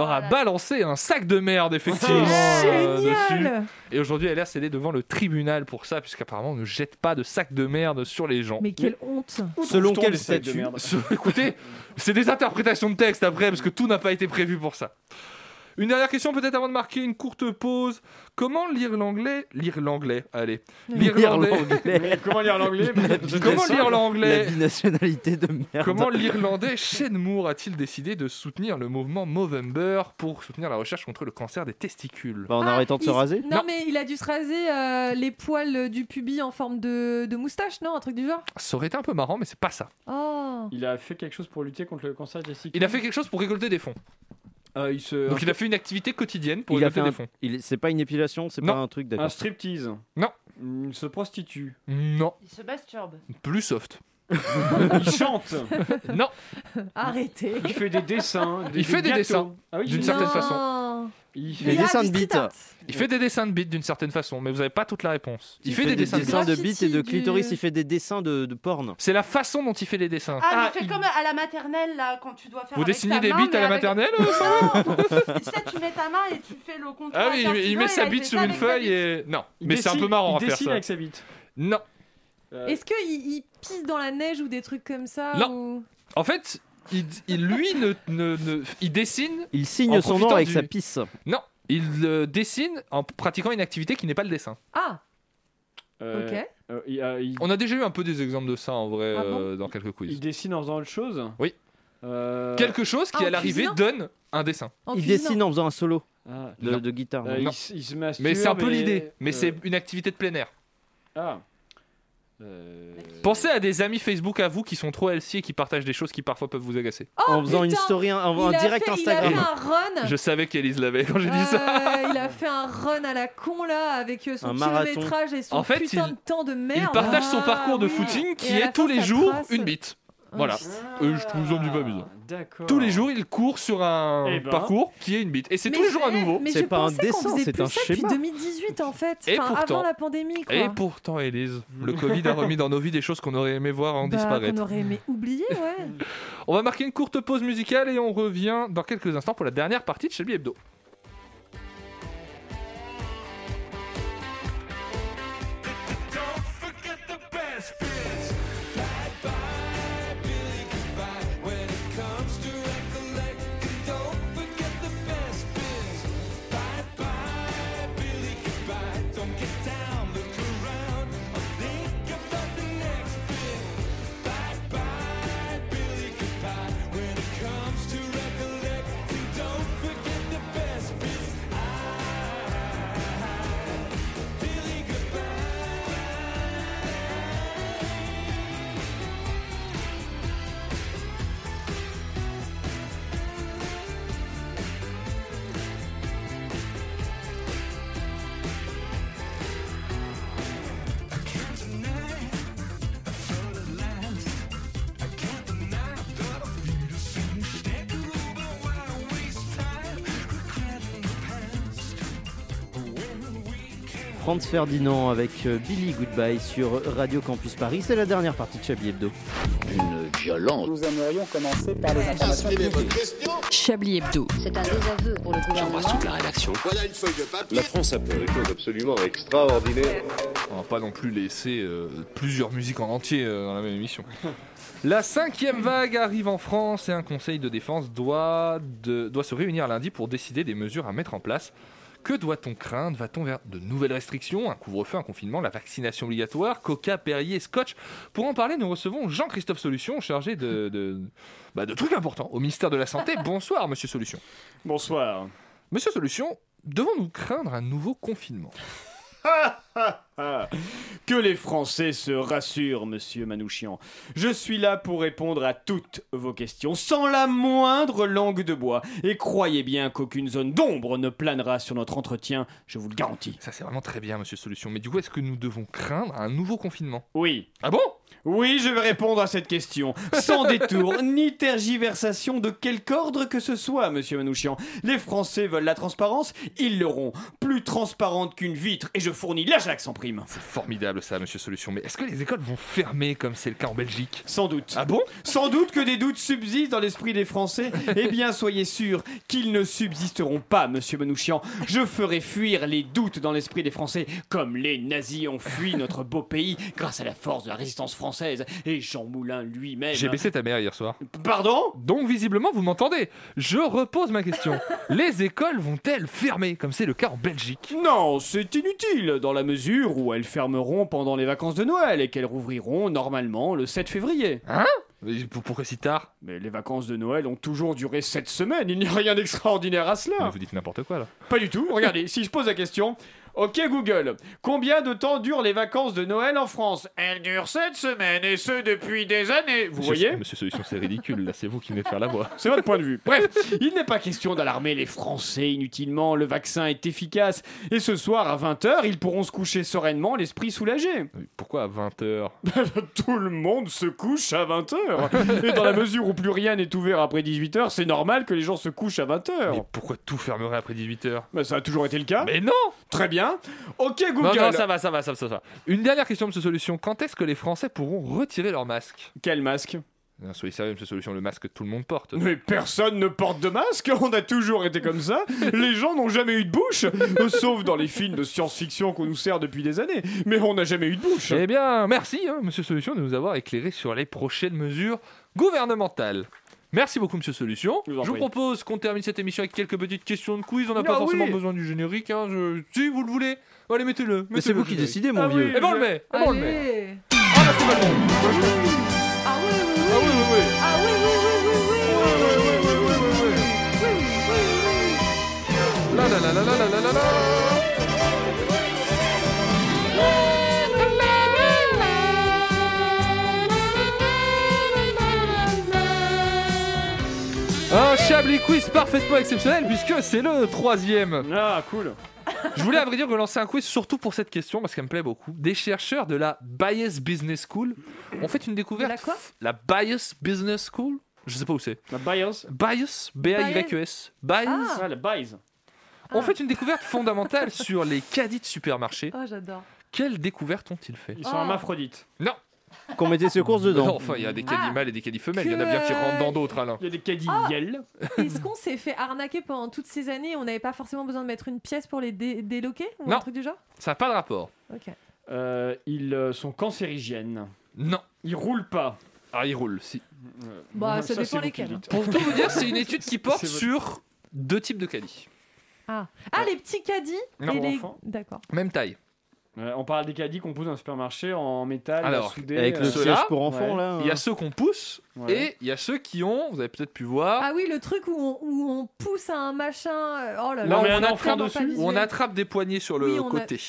Speaker 10: Elle leur a balancé des excréments.
Speaker 1: Elle
Speaker 15: Oh
Speaker 1: aura balancé un sac de merde, effectivement,
Speaker 10: C'est
Speaker 1: euh,
Speaker 10: génial
Speaker 1: dessus. Et aujourd'hui, elle est scellée devant le tribunal pour ça, puisqu'apparemment, on ne jette pas de sac de merde sur les gens.
Speaker 15: Mais quelle honte.
Speaker 13: Selon
Speaker 1: trouve-t-on
Speaker 13: quel
Speaker 1: les sacs de
Speaker 13: statut
Speaker 1: merde Ce- Écoutez, c'est des interprétations de texte après, parce que tout n'a pas été prévu pour ça. Une dernière question peut-être avant de marquer une courte pause. Comment lire l'anglais Lire l'anglais, allez. Lire l'anglais.
Speaker 11: Comment lire l'anglais
Speaker 1: Comment lire l'anglais
Speaker 15: La binationalité de merde.
Speaker 1: Comment l'Irlandais Shane Moore a-t-il décidé de soutenir le mouvement Movember pour soutenir la recherche contre le cancer des testicules
Speaker 15: En arrêtant de se
Speaker 1: il-
Speaker 15: raser
Speaker 12: Ah, Non, mais il a dû se raser euh, les poils du pubis en forme de, de moustache, non Un truc du genre
Speaker 1: Ça aurait été un peu marrant, mais c'est pas ça.
Speaker 12: Oh
Speaker 11: Il a fait quelque chose pour lutter contre le cancer des cycles.
Speaker 1: Il a fait quelque chose pour récolter des fonds.
Speaker 12: Ah,
Speaker 11: il se...
Speaker 1: Donc il a fait une activité quotidienne pour
Speaker 15: Il a
Speaker 1: récolter
Speaker 15: fait un-
Speaker 1: des fonds.
Speaker 15: il- C'est pas une épilation, c'est
Speaker 1: Non. Ah,
Speaker 15: pas un truc
Speaker 11: un
Speaker 15: d'accord.
Speaker 11: striptease.
Speaker 1: Non.
Speaker 11: Il se prostitue.
Speaker 1: Non,
Speaker 10: Il se masturbe.
Speaker 1: plus soft.
Speaker 11: il chante.
Speaker 1: Non.
Speaker 12: Ah. Arrêtez.
Speaker 11: Il fait des dessins.
Speaker 1: Il fait des
Speaker 11: gâteaux.
Speaker 1: dessins,
Speaker 11: Ah oui,
Speaker 1: d'une
Speaker 11: il-
Speaker 1: certaine façon.
Speaker 12: Non.
Speaker 11: Il
Speaker 15: fait des dessins de bites.
Speaker 1: Il fait des dessins de bites d'une certaine façon, mais vous n'avez pas toute la réponse. Il, fait, des, dessins,
Speaker 12: Ah,
Speaker 15: de
Speaker 1: bites.
Speaker 15: bites et de
Speaker 1: Graffiti du-
Speaker 15: clitoris, il fait des dessins de, de porn.
Speaker 1: C'est la façon dont il fait les dessins.
Speaker 10: Ah, mais fais comme à la maternelle, là, quand tu dois faire.
Speaker 1: Vous
Speaker 10: avec
Speaker 1: dessinez
Speaker 10: ta
Speaker 1: des
Speaker 10: main,
Speaker 1: bites
Speaker 10: mais
Speaker 1: à la
Speaker 10: avec-
Speaker 1: maternelle euh, ça
Speaker 10: Tu sais, tu mets ta main et tu fais le contour.
Speaker 1: Ah
Speaker 10: avec
Speaker 1: oui,
Speaker 10: un
Speaker 1: il, il
Speaker 10: stylo,
Speaker 1: met
Speaker 10: et
Speaker 1: sa
Speaker 10: là, il
Speaker 1: bite
Speaker 10: fait
Speaker 1: sur
Speaker 10: ça
Speaker 1: une
Speaker 10: avec sa
Speaker 1: feuille
Speaker 10: bite.
Speaker 1: et. Non,
Speaker 11: il
Speaker 1: mais c'est un
Speaker 11: dessine-
Speaker 1: peu marrant
Speaker 11: il
Speaker 1: à faire
Speaker 11: dessine
Speaker 1: ça.
Speaker 11: avec sa bite. Euh,
Speaker 1: Non.
Speaker 12: Est-ce qu'il il pisse dans la neige ou des trucs comme ça
Speaker 1: Non.
Speaker 12: ou-
Speaker 1: En fait, il, il- lui, ne, ne- ne- il dessine.
Speaker 15: Il
Speaker 1: en
Speaker 15: signe son nom
Speaker 1: profitant
Speaker 15: avec
Speaker 1: du-
Speaker 15: sa pisse.
Speaker 1: Non, il euh, dessine en pratiquant une activité qui n'est pas le dessin.
Speaker 12: Ah
Speaker 11: Euh,
Speaker 12: Ok.
Speaker 11: euh, il, euh, il-
Speaker 1: On a déjà eu un peu des exemples de ça en vrai
Speaker 11: Ah bon
Speaker 1: euh, dans quelques quiz.
Speaker 11: il dessine en faisant autre chose
Speaker 1: Oui.
Speaker 11: Euh,
Speaker 1: Quelque chose qui
Speaker 11: Ah, en
Speaker 1: à l'arrivée
Speaker 11: cuisinant
Speaker 1: donne un dessin.
Speaker 12: En
Speaker 15: il
Speaker 12: cuisinant.
Speaker 15: dessine en faisant un solo
Speaker 11: Ah,
Speaker 15: de,
Speaker 1: non.
Speaker 15: de guitare.
Speaker 11: euh,
Speaker 15: non
Speaker 11: il,
Speaker 1: Non.
Speaker 11: s- il se masturbe.
Speaker 1: Mais c'est un peu
Speaker 11: et-
Speaker 1: l'idée. Mais
Speaker 11: euh,
Speaker 1: c'est une activité de plein air.
Speaker 11: Ah. Euh,
Speaker 1: Pensez à des amis Facebook à vous qui sont trop healthy et qui partagent des choses qui parfois peuvent vous agacer.
Speaker 12: Oh,
Speaker 15: En faisant une
Speaker 12: putain
Speaker 15: story, un- un- un
Speaker 12: Il a
Speaker 15: direct
Speaker 12: fait-
Speaker 15: Instagram.
Speaker 12: Il a fait un run.
Speaker 1: Je savais qu'Elise l'avait quand j'ai dit ça.
Speaker 12: Euh, il a fait un run à la con là avec euh, son
Speaker 1: Un marathon.
Speaker 12: kilométrage et son
Speaker 1: En fait,
Speaker 12: putain
Speaker 1: il-
Speaker 12: de temps de
Speaker 1: Il
Speaker 12: merde.
Speaker 1: partage son
Speaker 12: Ah,
Speaker 1: parcours de
Speaker 12: oui.
Speaker 1: footing qui
Speaker 12: Et à la
Speaker 1: est tous
Speaker 12: fin,
Speaker 1: les
Speaker 12: ça
Speaker 1: jours
Speaker 12: trace.
Speaker 1: une bite.
Speaker 12: Ah,
Speaker 1: Voilà.
Speaker 12: putain.
Speaker 1: Euh, je trouve ça un petit peu amusant.
Speaker 11: Ah, D'accord.
Speaker 1: Tous les jours, il court sur un
Speaker 11: Eh ben.
Speaker 1: parcours qui est une bite. Et c'est
Speaker 12: Mais
Speaker 1: tous les jours à
Speaker 12: je-
Speaker 1: nouveau.
Speaker 12: mais je pensais qu'on faisait plus ça Depuis 2018 en fait,
Speaker 1: Et
Speaker 12: Enfin,
Speaker 1: pourtant.
Speaker 12: avant la pandémie quoi.
Speaker 1: Et pourtant, Elise, le Covid a remis dans nos vies des choses qu'on aurait aimé voir en
Speaker 12: Bah,
Speaker 1: disparaître.
Speaker 12: qu'on aurait aimé oublier, ouais.
Speaker 1: On va marquer une courte pause musicale et on revient dans quelques instants pour la dernière partie de Shelby Hebdo.
Speaker 15: Franz Ferdinand avec euh, Billy Goodbye sur Radio Campus Paris. C'est la dernière partie de Chablis Hebdo. Une violente.
Speaker 16: Nous aimerions commencer par les informations publiques.
Speaker 17: Chablis Hebdo.
Speaker 18: C'est un désaveu pour le gouvernement.
Speaker 14: la rédaction. Voilà une feuille de papier. La France a fait des choses absolument extraordinaires.
Speaker 1: On va pas non plus laisser euh, plusieurs musiques en entier euh, dans la même émission. La cinquième vague arrive en France et un conseil de défense doit, de- doit se réunir lundi pour décider des mesures à mettre en place. Que doit-on craindre Va-t-on vers de nouvelles restrictions Un couvre-feu, un confinement, la vaccination obligatoire, coca, Perrier, scotch Pour en parler, nous recevons Jean-Christophe Solution, chargé de, de, bah, de trucs importants au ministère de la Santé. Bonsoir, monsieur Solution.
Speaker 11: Bonsoir.
Speaker 1: Monsieur Solution, devons-nous craindre un nouveau confinement
Speaker 11: Ah, que les Français se rassurent, monsieur Manouchian. Je suis là pour répondre à toutes vos questions, sans la moindre langue de bois. Et croyez bien qu'aucune zone d'ombre ne planera sur notre entretien, je vous le garantis.
Speaker 1: Ça, c'est vraiment très bien, monsieur Solution. Mais du coup, est-ce que nous devons craindre un nouveau confinement
Speaker 11: Oui.
Speaker 1: Ah bon
Speaker 11: Oui, je vais répondre à cette question, sans détour, ni tergiversation de quelque ordre que ce soit, monsieur Manouchian. Les Français veulent la transparence, ils l'auront. Plus transparente qu'une vitre, et je fournis l'Ajax en prime.
Speaker 1: C'est formidable, ça, monsieur Solution. Mais est-ce que les écoles vont fermer comme c'est le cas en Belgique
Speaker 11: Sans doute.
Speaker 1: Ah bon
Speaker 11: Sans doute que des doutes subsistent dans l'esprit des Français. Eh bien, soyez sûrs qu'ils ne subsisteront pas, monsieur Manouchian. Je ferai fuir les doutes dans l'esprit des Français, comme les nazis ont fui notre beau pays grâce à la force de la résistance française. Et Jean Moulin lui-même.
Speaker 1: J'ai baissé ta mère hier soir.
Speaker 11: Pardon
Speaker 1: Donc visiblement vous m'entendez. Je repose ma question. Les écoles vont-elles fermer comme c'est le cas en Belgique
Speaker 11: Non, c'est inutile, dans la mesure où elles fermeront pendant les vacances de Noël et qu'elles rouvriront normalement le 7 février.
Speaker 1: Hein Pourquoi si tard
Speaker 11: Mais les vacances de Noël ont toujours duré 7 semaines, il n'y a rien d'extraordinaire à cela.
Speaker 1: Mais vous dites n'importe quoi là.
Speaker 11: Pas du tout, regardez, si je pose la question. Ok Google, combien de temps durent les vacances de Noël en France Elles durent 7 semaines et ce depuis des années, vous
Speaker 1: Monsieur-
Speaker 11: voyez
Speaker 1: Monsieur Solution, c'est ridicule. Là, c'est vous qui venez de faire la voix.
Speaker 11: C'est votre point de vue. Bref, il n'est pas question d'alarmer les Français inutilement. Le vaccin est efficace. Et ce soir, à 20h, ils pourront se coucher sereinement, l'esprit soulagé.
Speaker 1: Pourquoi à 20h
Speaker 11: Tout le monde se couche à 20h. Et dans la mesure où plus rien n'est ouvert après 18h, c'est normal que les gens se couchent à 20h.
Speaker 1: Pourquoi tout fermerait après 18h
Speaker 11: Bah, ça a toujours été le cas.
Speaker 1: Mais non
Speaker 11: Très bien. Ok,
Speaker 1: Non,
Speaker 11: Google.
Speaker 1: non, ça va, ça va, ça va, ça va. Une dernière question, Monsieur Solution. Quand est-ce que les Français pourront retirer leur masque
Speaker 11: Quel masque
Speaker 1: Non, Soyez sérieux, Monsieur Solution, le masque que tout le monde porte.
Speaker 11: Mais personne ne porte de masque, on a toujours été comme ça. Les gens n'ont jamais eu de bouche, euh, sauf dans les films de science-fiction qu'on nous sert depuis des années. Mais on n'a jamais eu de bouche.
Speaker 1: Eh bien, merci, hein, Monsieur Solution, de nous avoir éclairé sur les prochaines mesures gouvernementales. Merci beaucoup, Monsieur Solution. Je
Speaker 11: en
Speaker 1: vous
Speaker 11: prie.
Speaker 1: propose qu'on termine cette émission avec quelques petites questions de quiz. On n'a
Speaker 11: Ah
Speaker 1: pas forcément
Speaker 11: oui.
Speaker 1: besoin du générique. hein, je- Si vous le voulez, allez, mettez-le.
Speaker 13: Mais c'est vous qui décidez, mon vieux.
Speaker 1: Eh ben, on le met. eh ben, on le met.
Speaker 15: Allez. Ah,
Speaker 1: Ah oui, oui, oui. Ah oui, oui, oui.
Speaker 15: Ah oui, oui, oui, oui, oui.
Speaker 1: La la la la la la la la la. Un Chablis quiz parfaitement exceptionnel puisque c'est le troisième.
Speaker 11: Ah, cool.
Speaker 1: Je voulais à vrai dire relancer un quiz surtout pour cette question parce qu'elle me plaît beaucoup. Des chercheurs de la Bias Business School ont fait une découverte.
Speaker 15: La quoi
Speaker 1: La Bias Business School Je sais pas où c'est.
Speaker 11: La Bias
Speaker 1: Bias B-A-Y-E-S. E Bias
Speaker 11: Ah, la Bias.
Speaker 1: ont
Speaker 15: Ah.
Speaker 1: fait une découverte fondamentale sur les caddies de supermarché.
Speaker 15: Oh, j'adore.
Speaker 1: Quelle découverte ont-ils fait
Speaker 11: Ils sont hermaphrodites.
Speaker 1: Non
Speaker 13: Qu'on mettait ses courses dedans.
Speaker 1: Non, Enfin, il y a des
Speaker 15: Ah.
Speaker 1: caddies mâles et des caddies femelles. Il y en a bien qui
Speaker 15: Que-
Speaker 1: rentrent dans d'autres, Alain.
Speaker 11: Il y a des caddies yel.
Speaker 15: Est-ce qu'on s'est fait arnaquer pendant toutes ces années et on n'avait pas forcément besoin de mettre une pièce pour les dé- déloquer ou
Speaker 1: Non.
Speaker 15: un truc du genre
Speaker 1: Ça n'a pas de rapport.
Speaker 15: Ok.
Speaker 11: Euh, ils euh, sont cancérigènes.
Speaker 1: Non.
Speaker 11: Ils roulent pas.
Speaker 1: Ah, ils roulent, si.
Speaker 15: Bah, ça dépend
Speaker 11: c'est vous qui
Speaker 15: lesquels.
Speaker 11: le dites.
Speaker 1: Pour tout vous dire, c'est une étude qui porte
Speaker 11: C'est votre-
Speaker 1: sur deux types de caddies.
Speaker 15: Ah, Ah, les petits caddies
Speaker 1: Non,
Speaker 15: et
Speaker 1: pour
Speaker 15: les...
Speaker 11: enfants.
Speaker 15: D'accord.
Speaker 1: Même taille.
Speaker 11: Euh, on parle des caddies qu'on pose dans un supermarché en métal,
Speaker 1: Alors,
Speaker 11: soudé.
Speaker 13: avec le
Speaker 11: euh,
Speaker 13: siège pour enfants,
Speaker 11: ouais.
Speaker 13: là.
Speaker 1: Il y a ceux qu'on pousse
Speaker 11: Ouais.
Speaker 15: Eh,
Speaker 1: et il y a ceux qui ont, vous avez peut-être pu voir,
Speaker 15: Ah oui, le truc où on, où on pousse à un machin. euh, Oh là là,
Speaker 1: Non, mais
Speaker 15: on
Speaker 1: un
Speaker 15: est
Speaker 1: enfant
Speaker 15: tellement pas
Speaker 1: dessus. Où on
Speaker 15: visuel.
Speaker 1: attrape des poignées sur le
Speaker 15: Oui, on a-
Speaker 1: côté.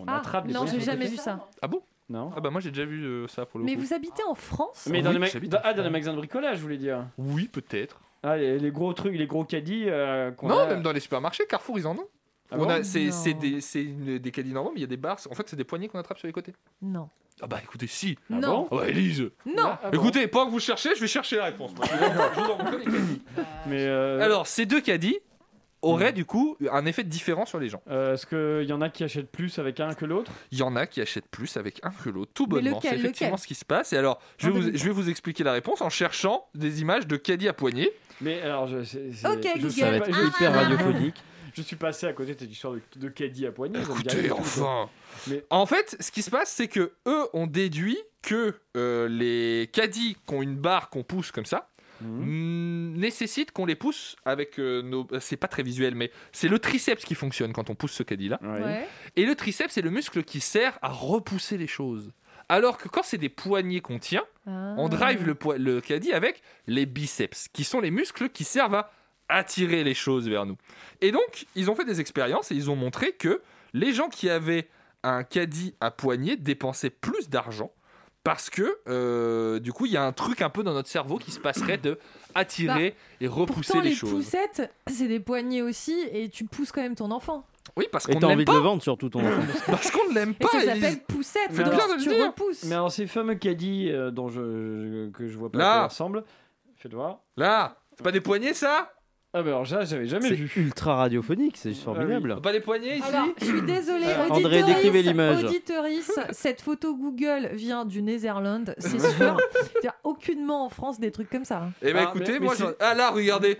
Speaker 11: On
Speaker 15: Ah,
Speaker 11: attrape des
Speaker 15: non,
Speaker 11: poissons.
Speaker 15: j'ai jamais vu ça.
Speaker 1: Ah bon
Speaker 11: Non.
Speaker 1: Ah bah moi j'ai déjà vu euh, ça pour le
Speaker 15: Mais
Speaker 1: coup.
Speaker 15: vous habitez en France
Speaker 11: Mais dans,
Speaker 1: Oui,
Speaker 11: les ma-
Speaker 1: j'habite
Speaker 11: dans-
Speaker 1: en
Speaker 11: ah, dans les
Speaker 1: France.
Speaker 11: magasins de bricolage, je voulais dire.
Speaker 1: Oui, peut-être.
Speaker 11: Ah, les, les gros trucs, les gros caddies euh, qu'on
Speaker 1: Non,
Speaker 11: a-
Speaker 1: même dans les supermarchés, Carrefour, ils en ont.
Speaker 11: Ah
Speaker 1: On
Speaker 11: bon
Speaker 1: a- c'est
Speaker 15: Non.
Speaker 1: c'est des, c'est une- des caddies normaux, mais il y a des barres. En fait, c'est des poignées qu'on attrape sur les côtés.
Speaker 15: Non.
Speaker 1: Ah bah écoutez, si.
Speaker 11: Ah
Speaker 15: non.
Speaker 11: bon
Speaker 1: Oh, Élise
Speaker 15: Non.
Speaker 11: Ah bon
Speaker 1: Écoutez, pendant que vous cherchez, je vais chercher la réponse. moi. Je vous en- je vous en reconnais caddies.
Speaker 11: Mais euh,
Speaker 1: Alors, ces deux caddies auraient du coup un effet différent sur les gens.
Speaker 11: euh, est-ce qu'il y en a qui achètent plus avec un que l'autre
Speaker 1: Il y en a qui achètent plus avec un que l'autre, tout
Speaker 15: Mais
Speaker 1: bonnement.
Speaker 15: lequel,
Speaker 1: C'est effectivement
Speaker 15: lequel Ah,
Speaker 1: ce qui se passe. Et alors, je vais,
Speaker 15: En
Speaker 1: vous,
Speaker 15: 2020.
Speaker 1: je vais vous expliquer la réponse en cherchant des images de caddies à poignées.
Speaker 11: Mais alors, je, c'est- c'est-
Speaker 15: Ok, Ah,
Speaker 11: je
Speaker 15: Google.
Speaker 11: sais
Speaker 13: Ça va
Speaker 11: pas-
Speaker 13: être
Speaker 11: je-
Speaker 13: hyper radiophonique.
Speaker 11: Je suis passé à côté de cette histoire de, de caddie à poignée. ça me dit rien du
Speaker 1: Écoutez,
Speaker 11: tout, quoi.
Speaker 1: enfin.
Speaker 11: Mais-
Speaker 1: En fait, ce qui se passe, c'est que eux ont déduit que euh, les caddies qui ont une barre qu'on pousse comme ça
Speaker 11: Mhm.
Speaker 1: mm, nécessitent qu'on les pousse avec euh, nos. C'est pas très visuel, mais c'est le triceps qui fonctionne quand on pousse ce caddie-là.
Speaker 11: Mmh. Ouais.
Speaker 15: Ouais.
Speaker 1: Et le triceps, c'est le muscle qui sert à repousser les choses. Alors que quand c'est des poignées qu'on tient,
Speaker 15: Ah.
Speaker 1: on drive le, poi- le caddie avec les biceps, qui sont les muscles qui servent à attirer les choses vers nous. Et donc, ils ont fait des expériences et ils ont montré que les gens qui avaient un caddie à poignée dépensaient plus d'argent parce que, euh, du coup, il y a un truc un peu dans notre cerveau qui se passerait de attirer et repousser
Speaker 15: Bah, Pourtant,
Speaker 1: les,
Speaker 15: les
Speaker 1: choses.
Speaker 15: poussettes, c'est des poignées aussi et tu pousses quand même ton enfant.
Speaker 1: Oui, parce
Speaker 13: Et
Speaker 1: qu'on
Speaker 13: t'as
Speaker 1: ne l'aime
Speaker 13: envie de le
Speaker 1: pas.
Speaker 13: vendre, surtout ton enfant.
Speaker 1: Parce qu'on ne l'aime
Speaker 15: Et
Speaker 1: pas.
Speaker 15: ça
Speaker 1: Élise.
Speaker 15: s'appelle poussette.
Speaker 1: C'est
Speaker 15: donc
Speaker 1: bien de le
Speaker 15: tu
Speaker 1: dire.
Speaker 15: repousses.
Speaker 11: Mais alors, ces fameux caddies euh, dont je, je- que je vois pas
Speaker 1: Là.
Speaker 11: à quoi ils ressemblent, faites voir.
Speaker 1: Là, c'est pas des poignées, ça
Speaker 11: Ah bah alors ça, j'avais jamais
Speaker 13: C'est
Speaker 11: vu.
Speaker 13: ultra radiophonique, c'est juste
Speaker 11: Ah oui.
Speaker 13: formidable.
Speaker 11: Pas les poignets ici
Speaker 12: Alors, je suis désolée,
Speaker 13: Euh,
Speaker 12: auditorice,
Speaker 13: André, décrivez l'image.
Speaker 12: auditorice, cette photo Google vient du Netherlands, c'est sûr. Il n'y a aucunement en France des trucs comme
Speaker 15: hein.
Speaker 12: ça.
Speaker 1: Eh ben écoutez, moi, j'en- ah là, regardez,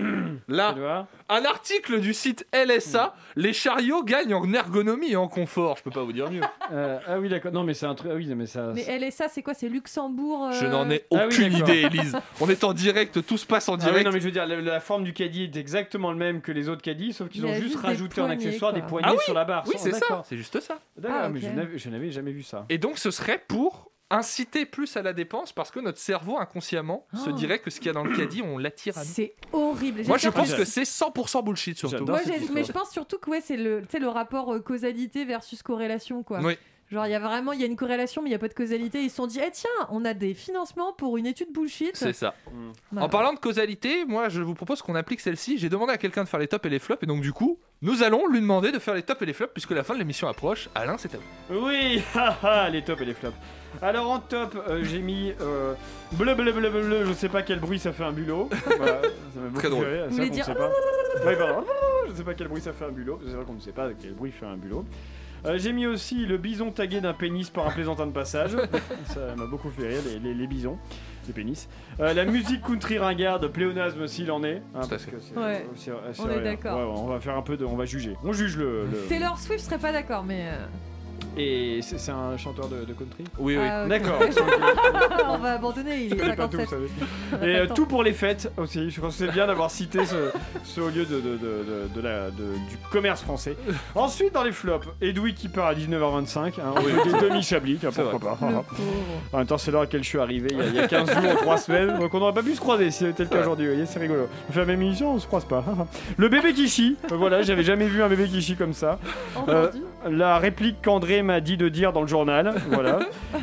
Speaker 1: là, un article du site LSA, les chariots gagnent en ergonomie et en confort. Je peux pas vous dire mieux.
Speaker 11: ah oui, d'accord. Non, mais c'est un truc. Ah oui, mais ça.
Speaker 12: Mais LSA, c'est quoi C'est Luxembourg euh,
Speaker 1: Je n'en ai
Speaker 11: Ah oui,
Speaker 1: aucune
Speaker 11: d'accord.
Speaker 1: idée, Elise. On est en direct, tout se passe en
Speaker 11: Ah oui,
Speaker 1: direct.
Speaker 11: non mais je veux dire, la, la forme du caddie est exactement le même que les autres caddies, sauf qu'ils
Speaker 1: Il
Speaker 11: ont
Speaker 1: y a
Speaker 11: juste
Speaker 1: juste des
Speaker 11: rajouté en
Speaker 1: poignées,
Speaker 11: accessoire
Speaker 1: quoi.
Speaker 11: des poignées
Speaker 1: Ah oui,
Speaker 11: sur la barre.
Speaker 1: oui, c'est ça,
Speaker 11: c'est
Speaker 1: juste ça.
Speaker 11: D'accord,
Speaker 1: Ah,
Speaker 11: mais je
Speaker 1: ok.
Speaker 11: n'avais- je n'avais jamais vu ça.
Speaker 1: Et donc, ce serait pour inciter plus à la dépense parce que notre cerveau inconsciemment
Speaker 11: Ah.
Speaker 1: se
Speaker 12: Oh.
Speaker 1: dirait que ce qu'il y a dans le caddie, on l'attire à nous.
Speaker 12: C'est horrible.
Speaker 1: Moi, je
Speaker 12: J'espère
Speaker 1: pense que c'est 100% bullshit surtout.
Speaker 12: Moi, j'ai- mais je pense surtout que ouais, c'est le, tu sais, le rapport euh, causalité versus corrélation. Quoi.
Speaker 1: Oui.
Speaker 12: Genre, il y a vraiment il y a une corrélation, mais il n'y a pas de causalité. Ils se sont dit, eh, tiens, on a des financements pour une étude bullshit.
Speaker 1: C'est ça.
Speaker 12: Voilà.
Speaker 1: En parlant de causalité, moi je vous propose qu'on applique celle-ci. J'ai demandé à quelqu'un de faire les tops et les flops, et donc du coup, nous allons lui demander de faire les tops et les flops puisque la fin de l'émission approche. Alain, c'est à vous.
Speaker 11: Oui, haha, les tops et les flops. Alors en top, euh, j'ai mis euh, bleu, bleu, bleu, bleu, bleu, je sais pas quel bruit ça fait un bulot. Voilà, ça m'a beaucoup
Speaker 1: Très drôle.
Speaker 11: fait rire,
Speaker 1: Vous
Speaker 11: c'est
Speaker 1: voulez
Speaker 11: vrai qu'on
Speaker 1: dire-
Speaker 11: sait pas. Ouais, pardon. Je sais pas quel bruit ça fait un bulot, c'est vrai qu'on ne sait pas quel bruit fait un bulot. Euh, j'ai mis aussi le bison tagué d'un pénis par un plaisantin de passage. ça m'a beaucoup fait rire, les, les- les bisons, les pénis. Euh, la musique country ringarde, pléonasme s'il en est. hein, parce que c'est-
Speaker 12: Ouais,
Speaker 11: c'est- c'est
Speaker 12: on est
Speaker 11: vrai, hein.
Speaker 12: d'accord.
Speaker 11: Ouais, ouais, on va faire un peu de. On va juger. On juge le. le-
Speaker 12: Taylor Swift serait pas d'accord, mais. euh,
Speaker 11: Et c'est c'est un chanteur de, de country
Speaker 1: Oui,
Speaker 12: ah, ok.
Speaker 11: D'accord.
Speaker 12: on va abandonner, il est
Speaker 11: connais pas tout,
Speaker 12: 57.
Speaker 11: Et euh, tout pour les fêtes aussi. Je pense que c'est bien d'avoir cité ce, ce haut lieu de, de- de- de- de la- de- du commerce français. Ensuite, dans les flops, Edoui qui part à 19h25. Hein, on
Speaker 1: Oui.
Speaker 11: fait des demi-chablis, tiens,
Speaker 1: C'est
Speaker 11: pourquoi
Speaker 1: vrai.
Speaker 11: pas.
Speaker 1: Le
Speaker 11: en même temps, c'est l'heure à laquelle je suis arrivé il y a, il y a 15 jours, 3 semaines. Donc on n'aurait pas pu se croiser si c'était le cas aujourd'hui. Vous voyez, c'est rigolo. On fait la même émission, on se croise pas. le bébé qui chie. Euh, Voilà, j'avais jamais vu un bébé qui chie comme ça. Euh, la réplique qu'André m'a dit de dire dans le journal. Voilà.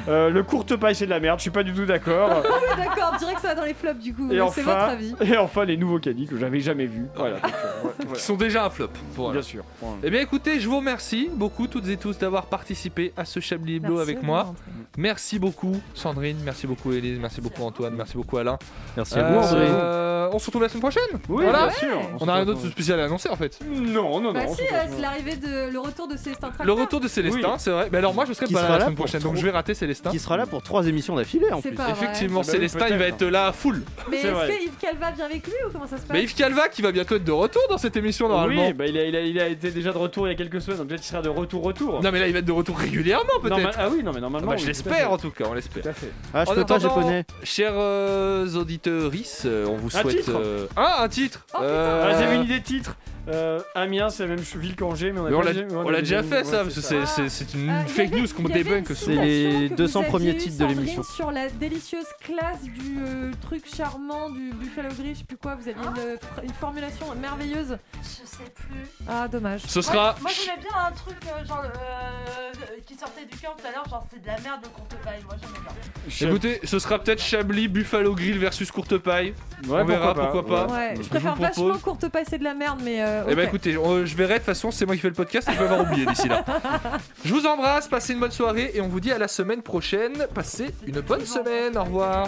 Speaker 11: Euh, le courte paille, c'est de la merde. Je suis pas du tout d'accord.
Speaker 12: Ah oui, d'accord, on dirait que ça va dans les flops du coup.
Speaker 11: Et
Speaker 12: C'est
Speaker 11: enfin,
Speaker 12: votre avis.
Speaker 11: et enfin, les nouveaux caddies que j'avais jamais vus. Voilà. donc, euh, voilà.
Speaker 1: Qui sont déjà un flop. Voilà.
Speaker 11: Bien sûr.
Speaker 1: Eh bien écoutez, je vous remercie beaucoup toutes et tous d'avoir participé à ce Chablis Hebdo
Speaker 13: Merci
Speaker 1: avec
Speaker 13: de
Speaker 1: moi.
Speaker 13: rentrer.
Speaker 11: Ah,
Speaker 1: Merci beaucoup Sandrine, merci beaucoup Élise, merci beaucoup Antoine, merci beaucoup Alain. Euh,
Speaker 13: Merci
Speaker 11: Euh,
Speaker 13: à vous, André.
Speaker 1: on se retrouve la semaine prochaine
Speaker 11: Oui,
Speaker 1: Voilà.
Speaker 11: bien sûr.
Speaker 1: On n'a rien d'autre de spécial à annoncer en fait.
Speaker 11: Non, non,
Speaker 12: bah si, euh, c'est l'arrivée de. le retour de Célestin Tracteur.
Speaker 1: Le retour de Célestin,
Speaker 13: Oui.
Speaker 1: c'est vrai. Mais alors moi je serai
Speaker 13: Qui
Speaker 1: pas là
Speaker 13: sera
Speaker 1: la
Speaker 13: là
Speaker 1: semaine
Speaker 13: pour
Speaker 1: prochaine,
Speaker 13: trop-
Speaker 1: donc je vais rater Célestin.
Speaker 13: Qui sera là pour trois émissions d'affilée en
Speaker 12: C'est
Speaker 13: plus.
Speaker 12: pas vrai.
Speaker 1: Effectivement,
Speaker 12: Ah bah oui,
Speaker 1: Célestin il va
Speaker 11: peut-être.
Speaker 1: être là full.
Speaker 12: Mais est-ce que Yves Calva vient avec lui ou comment ça se passe
Speaker 1: Mais Yves Calva qui va bientôt être de retour dans cette émission normalement.
Speaker 11: Oui, bah, il, a, il a- il a été déjà de retour il y a quelques semaines, donc peut-être qu'il sera de retour, retour.
Speaker 1: Non mais là il va être de retour régulièrement peut-être.
Speaker 11: Normal- ah oui, non, mais normalement.
Speaker 1: bah,
Speaker 11: oui,
Speaker 1: je
Speaker 11: tout à
Speaker 1: l'espère
Speaker 11: fait.
Speaker 1: en tout cas, on l'espère.
Speaker 11: Tout à fait.
Speaker 13: Ah, je
Speaker 1: En
Speaker 13: peux pas
Speaker 1: attendant,
Speaker 13: japonais.
Speaker 1: Chers euh, auditeurs, euh, on vous
Speaker 11: Un
Speaker 1: souhaite.
Speaker 11: titre
Speaker 1: euh, Ah, un titre
Speaker 12: Oh,
Speaker 1: Euh,
Speaker 11: Ah, J'avais une idée de titre. Euh, Amiens, c'est la même ch- ville qu'Angers, mais on a
Speaker 1: Mais on l'a
Speaker 11: pas dit-
Speaker 1: on l'a déjà fait ça,
Speaker 11: ouais,
Speaker 1: parce que c'est- c'est c'est une
Speaker 12: Ah, il y
Speaker 1: Mmh. fake
Speaker 12: avait-
Speaker 1: news qu'on
Speaker 12: il y avait une
Speaker 1: débunk.
Speaker 12: citation que vous aviez eue, Sandrine, Sur la délicieuse classe du euh, truc charmant du Buffalo Grill, je sais plus quoi, vous aviez une, euh, fr- une formulation merveilleuse.
Speaker 10: Je sais plus.
Speaker 12: Ah, dommage.
Speaker 1: Ce sera-
Speaker 10: Moi, j'aimais bien un truc euh, genre euh, qui sortait du cœur tout à l'heure, genre c'est de la merde le compte paille. Moi, j'aimais bien.
Speaker 1: Écoutez, ce sera peut-être Chablis, Buffalo Grill versus Courte Paille. on verra
Speaker 11: pourquoi pas,
Speaker 1: pourquoi pas.
Speaker 12: Ouais, je
Speaker 1: vous
Speaker 12: préfère
Speaker 1: propose-
Speaker 12: vachement courte passer de la merde, mais. euh,
Speaker 1: Eh ben
Speaker 12: ok.
Speaker 1: écoutez, on- je verrai, de toute façon, c'est moi qui fais le podcast, je vais avoir oublié d'ici là. Je vous embrasse, passez une bonne soirée et on vous dit à la semaine prochaine. Passez une bonne semaine, au revoir.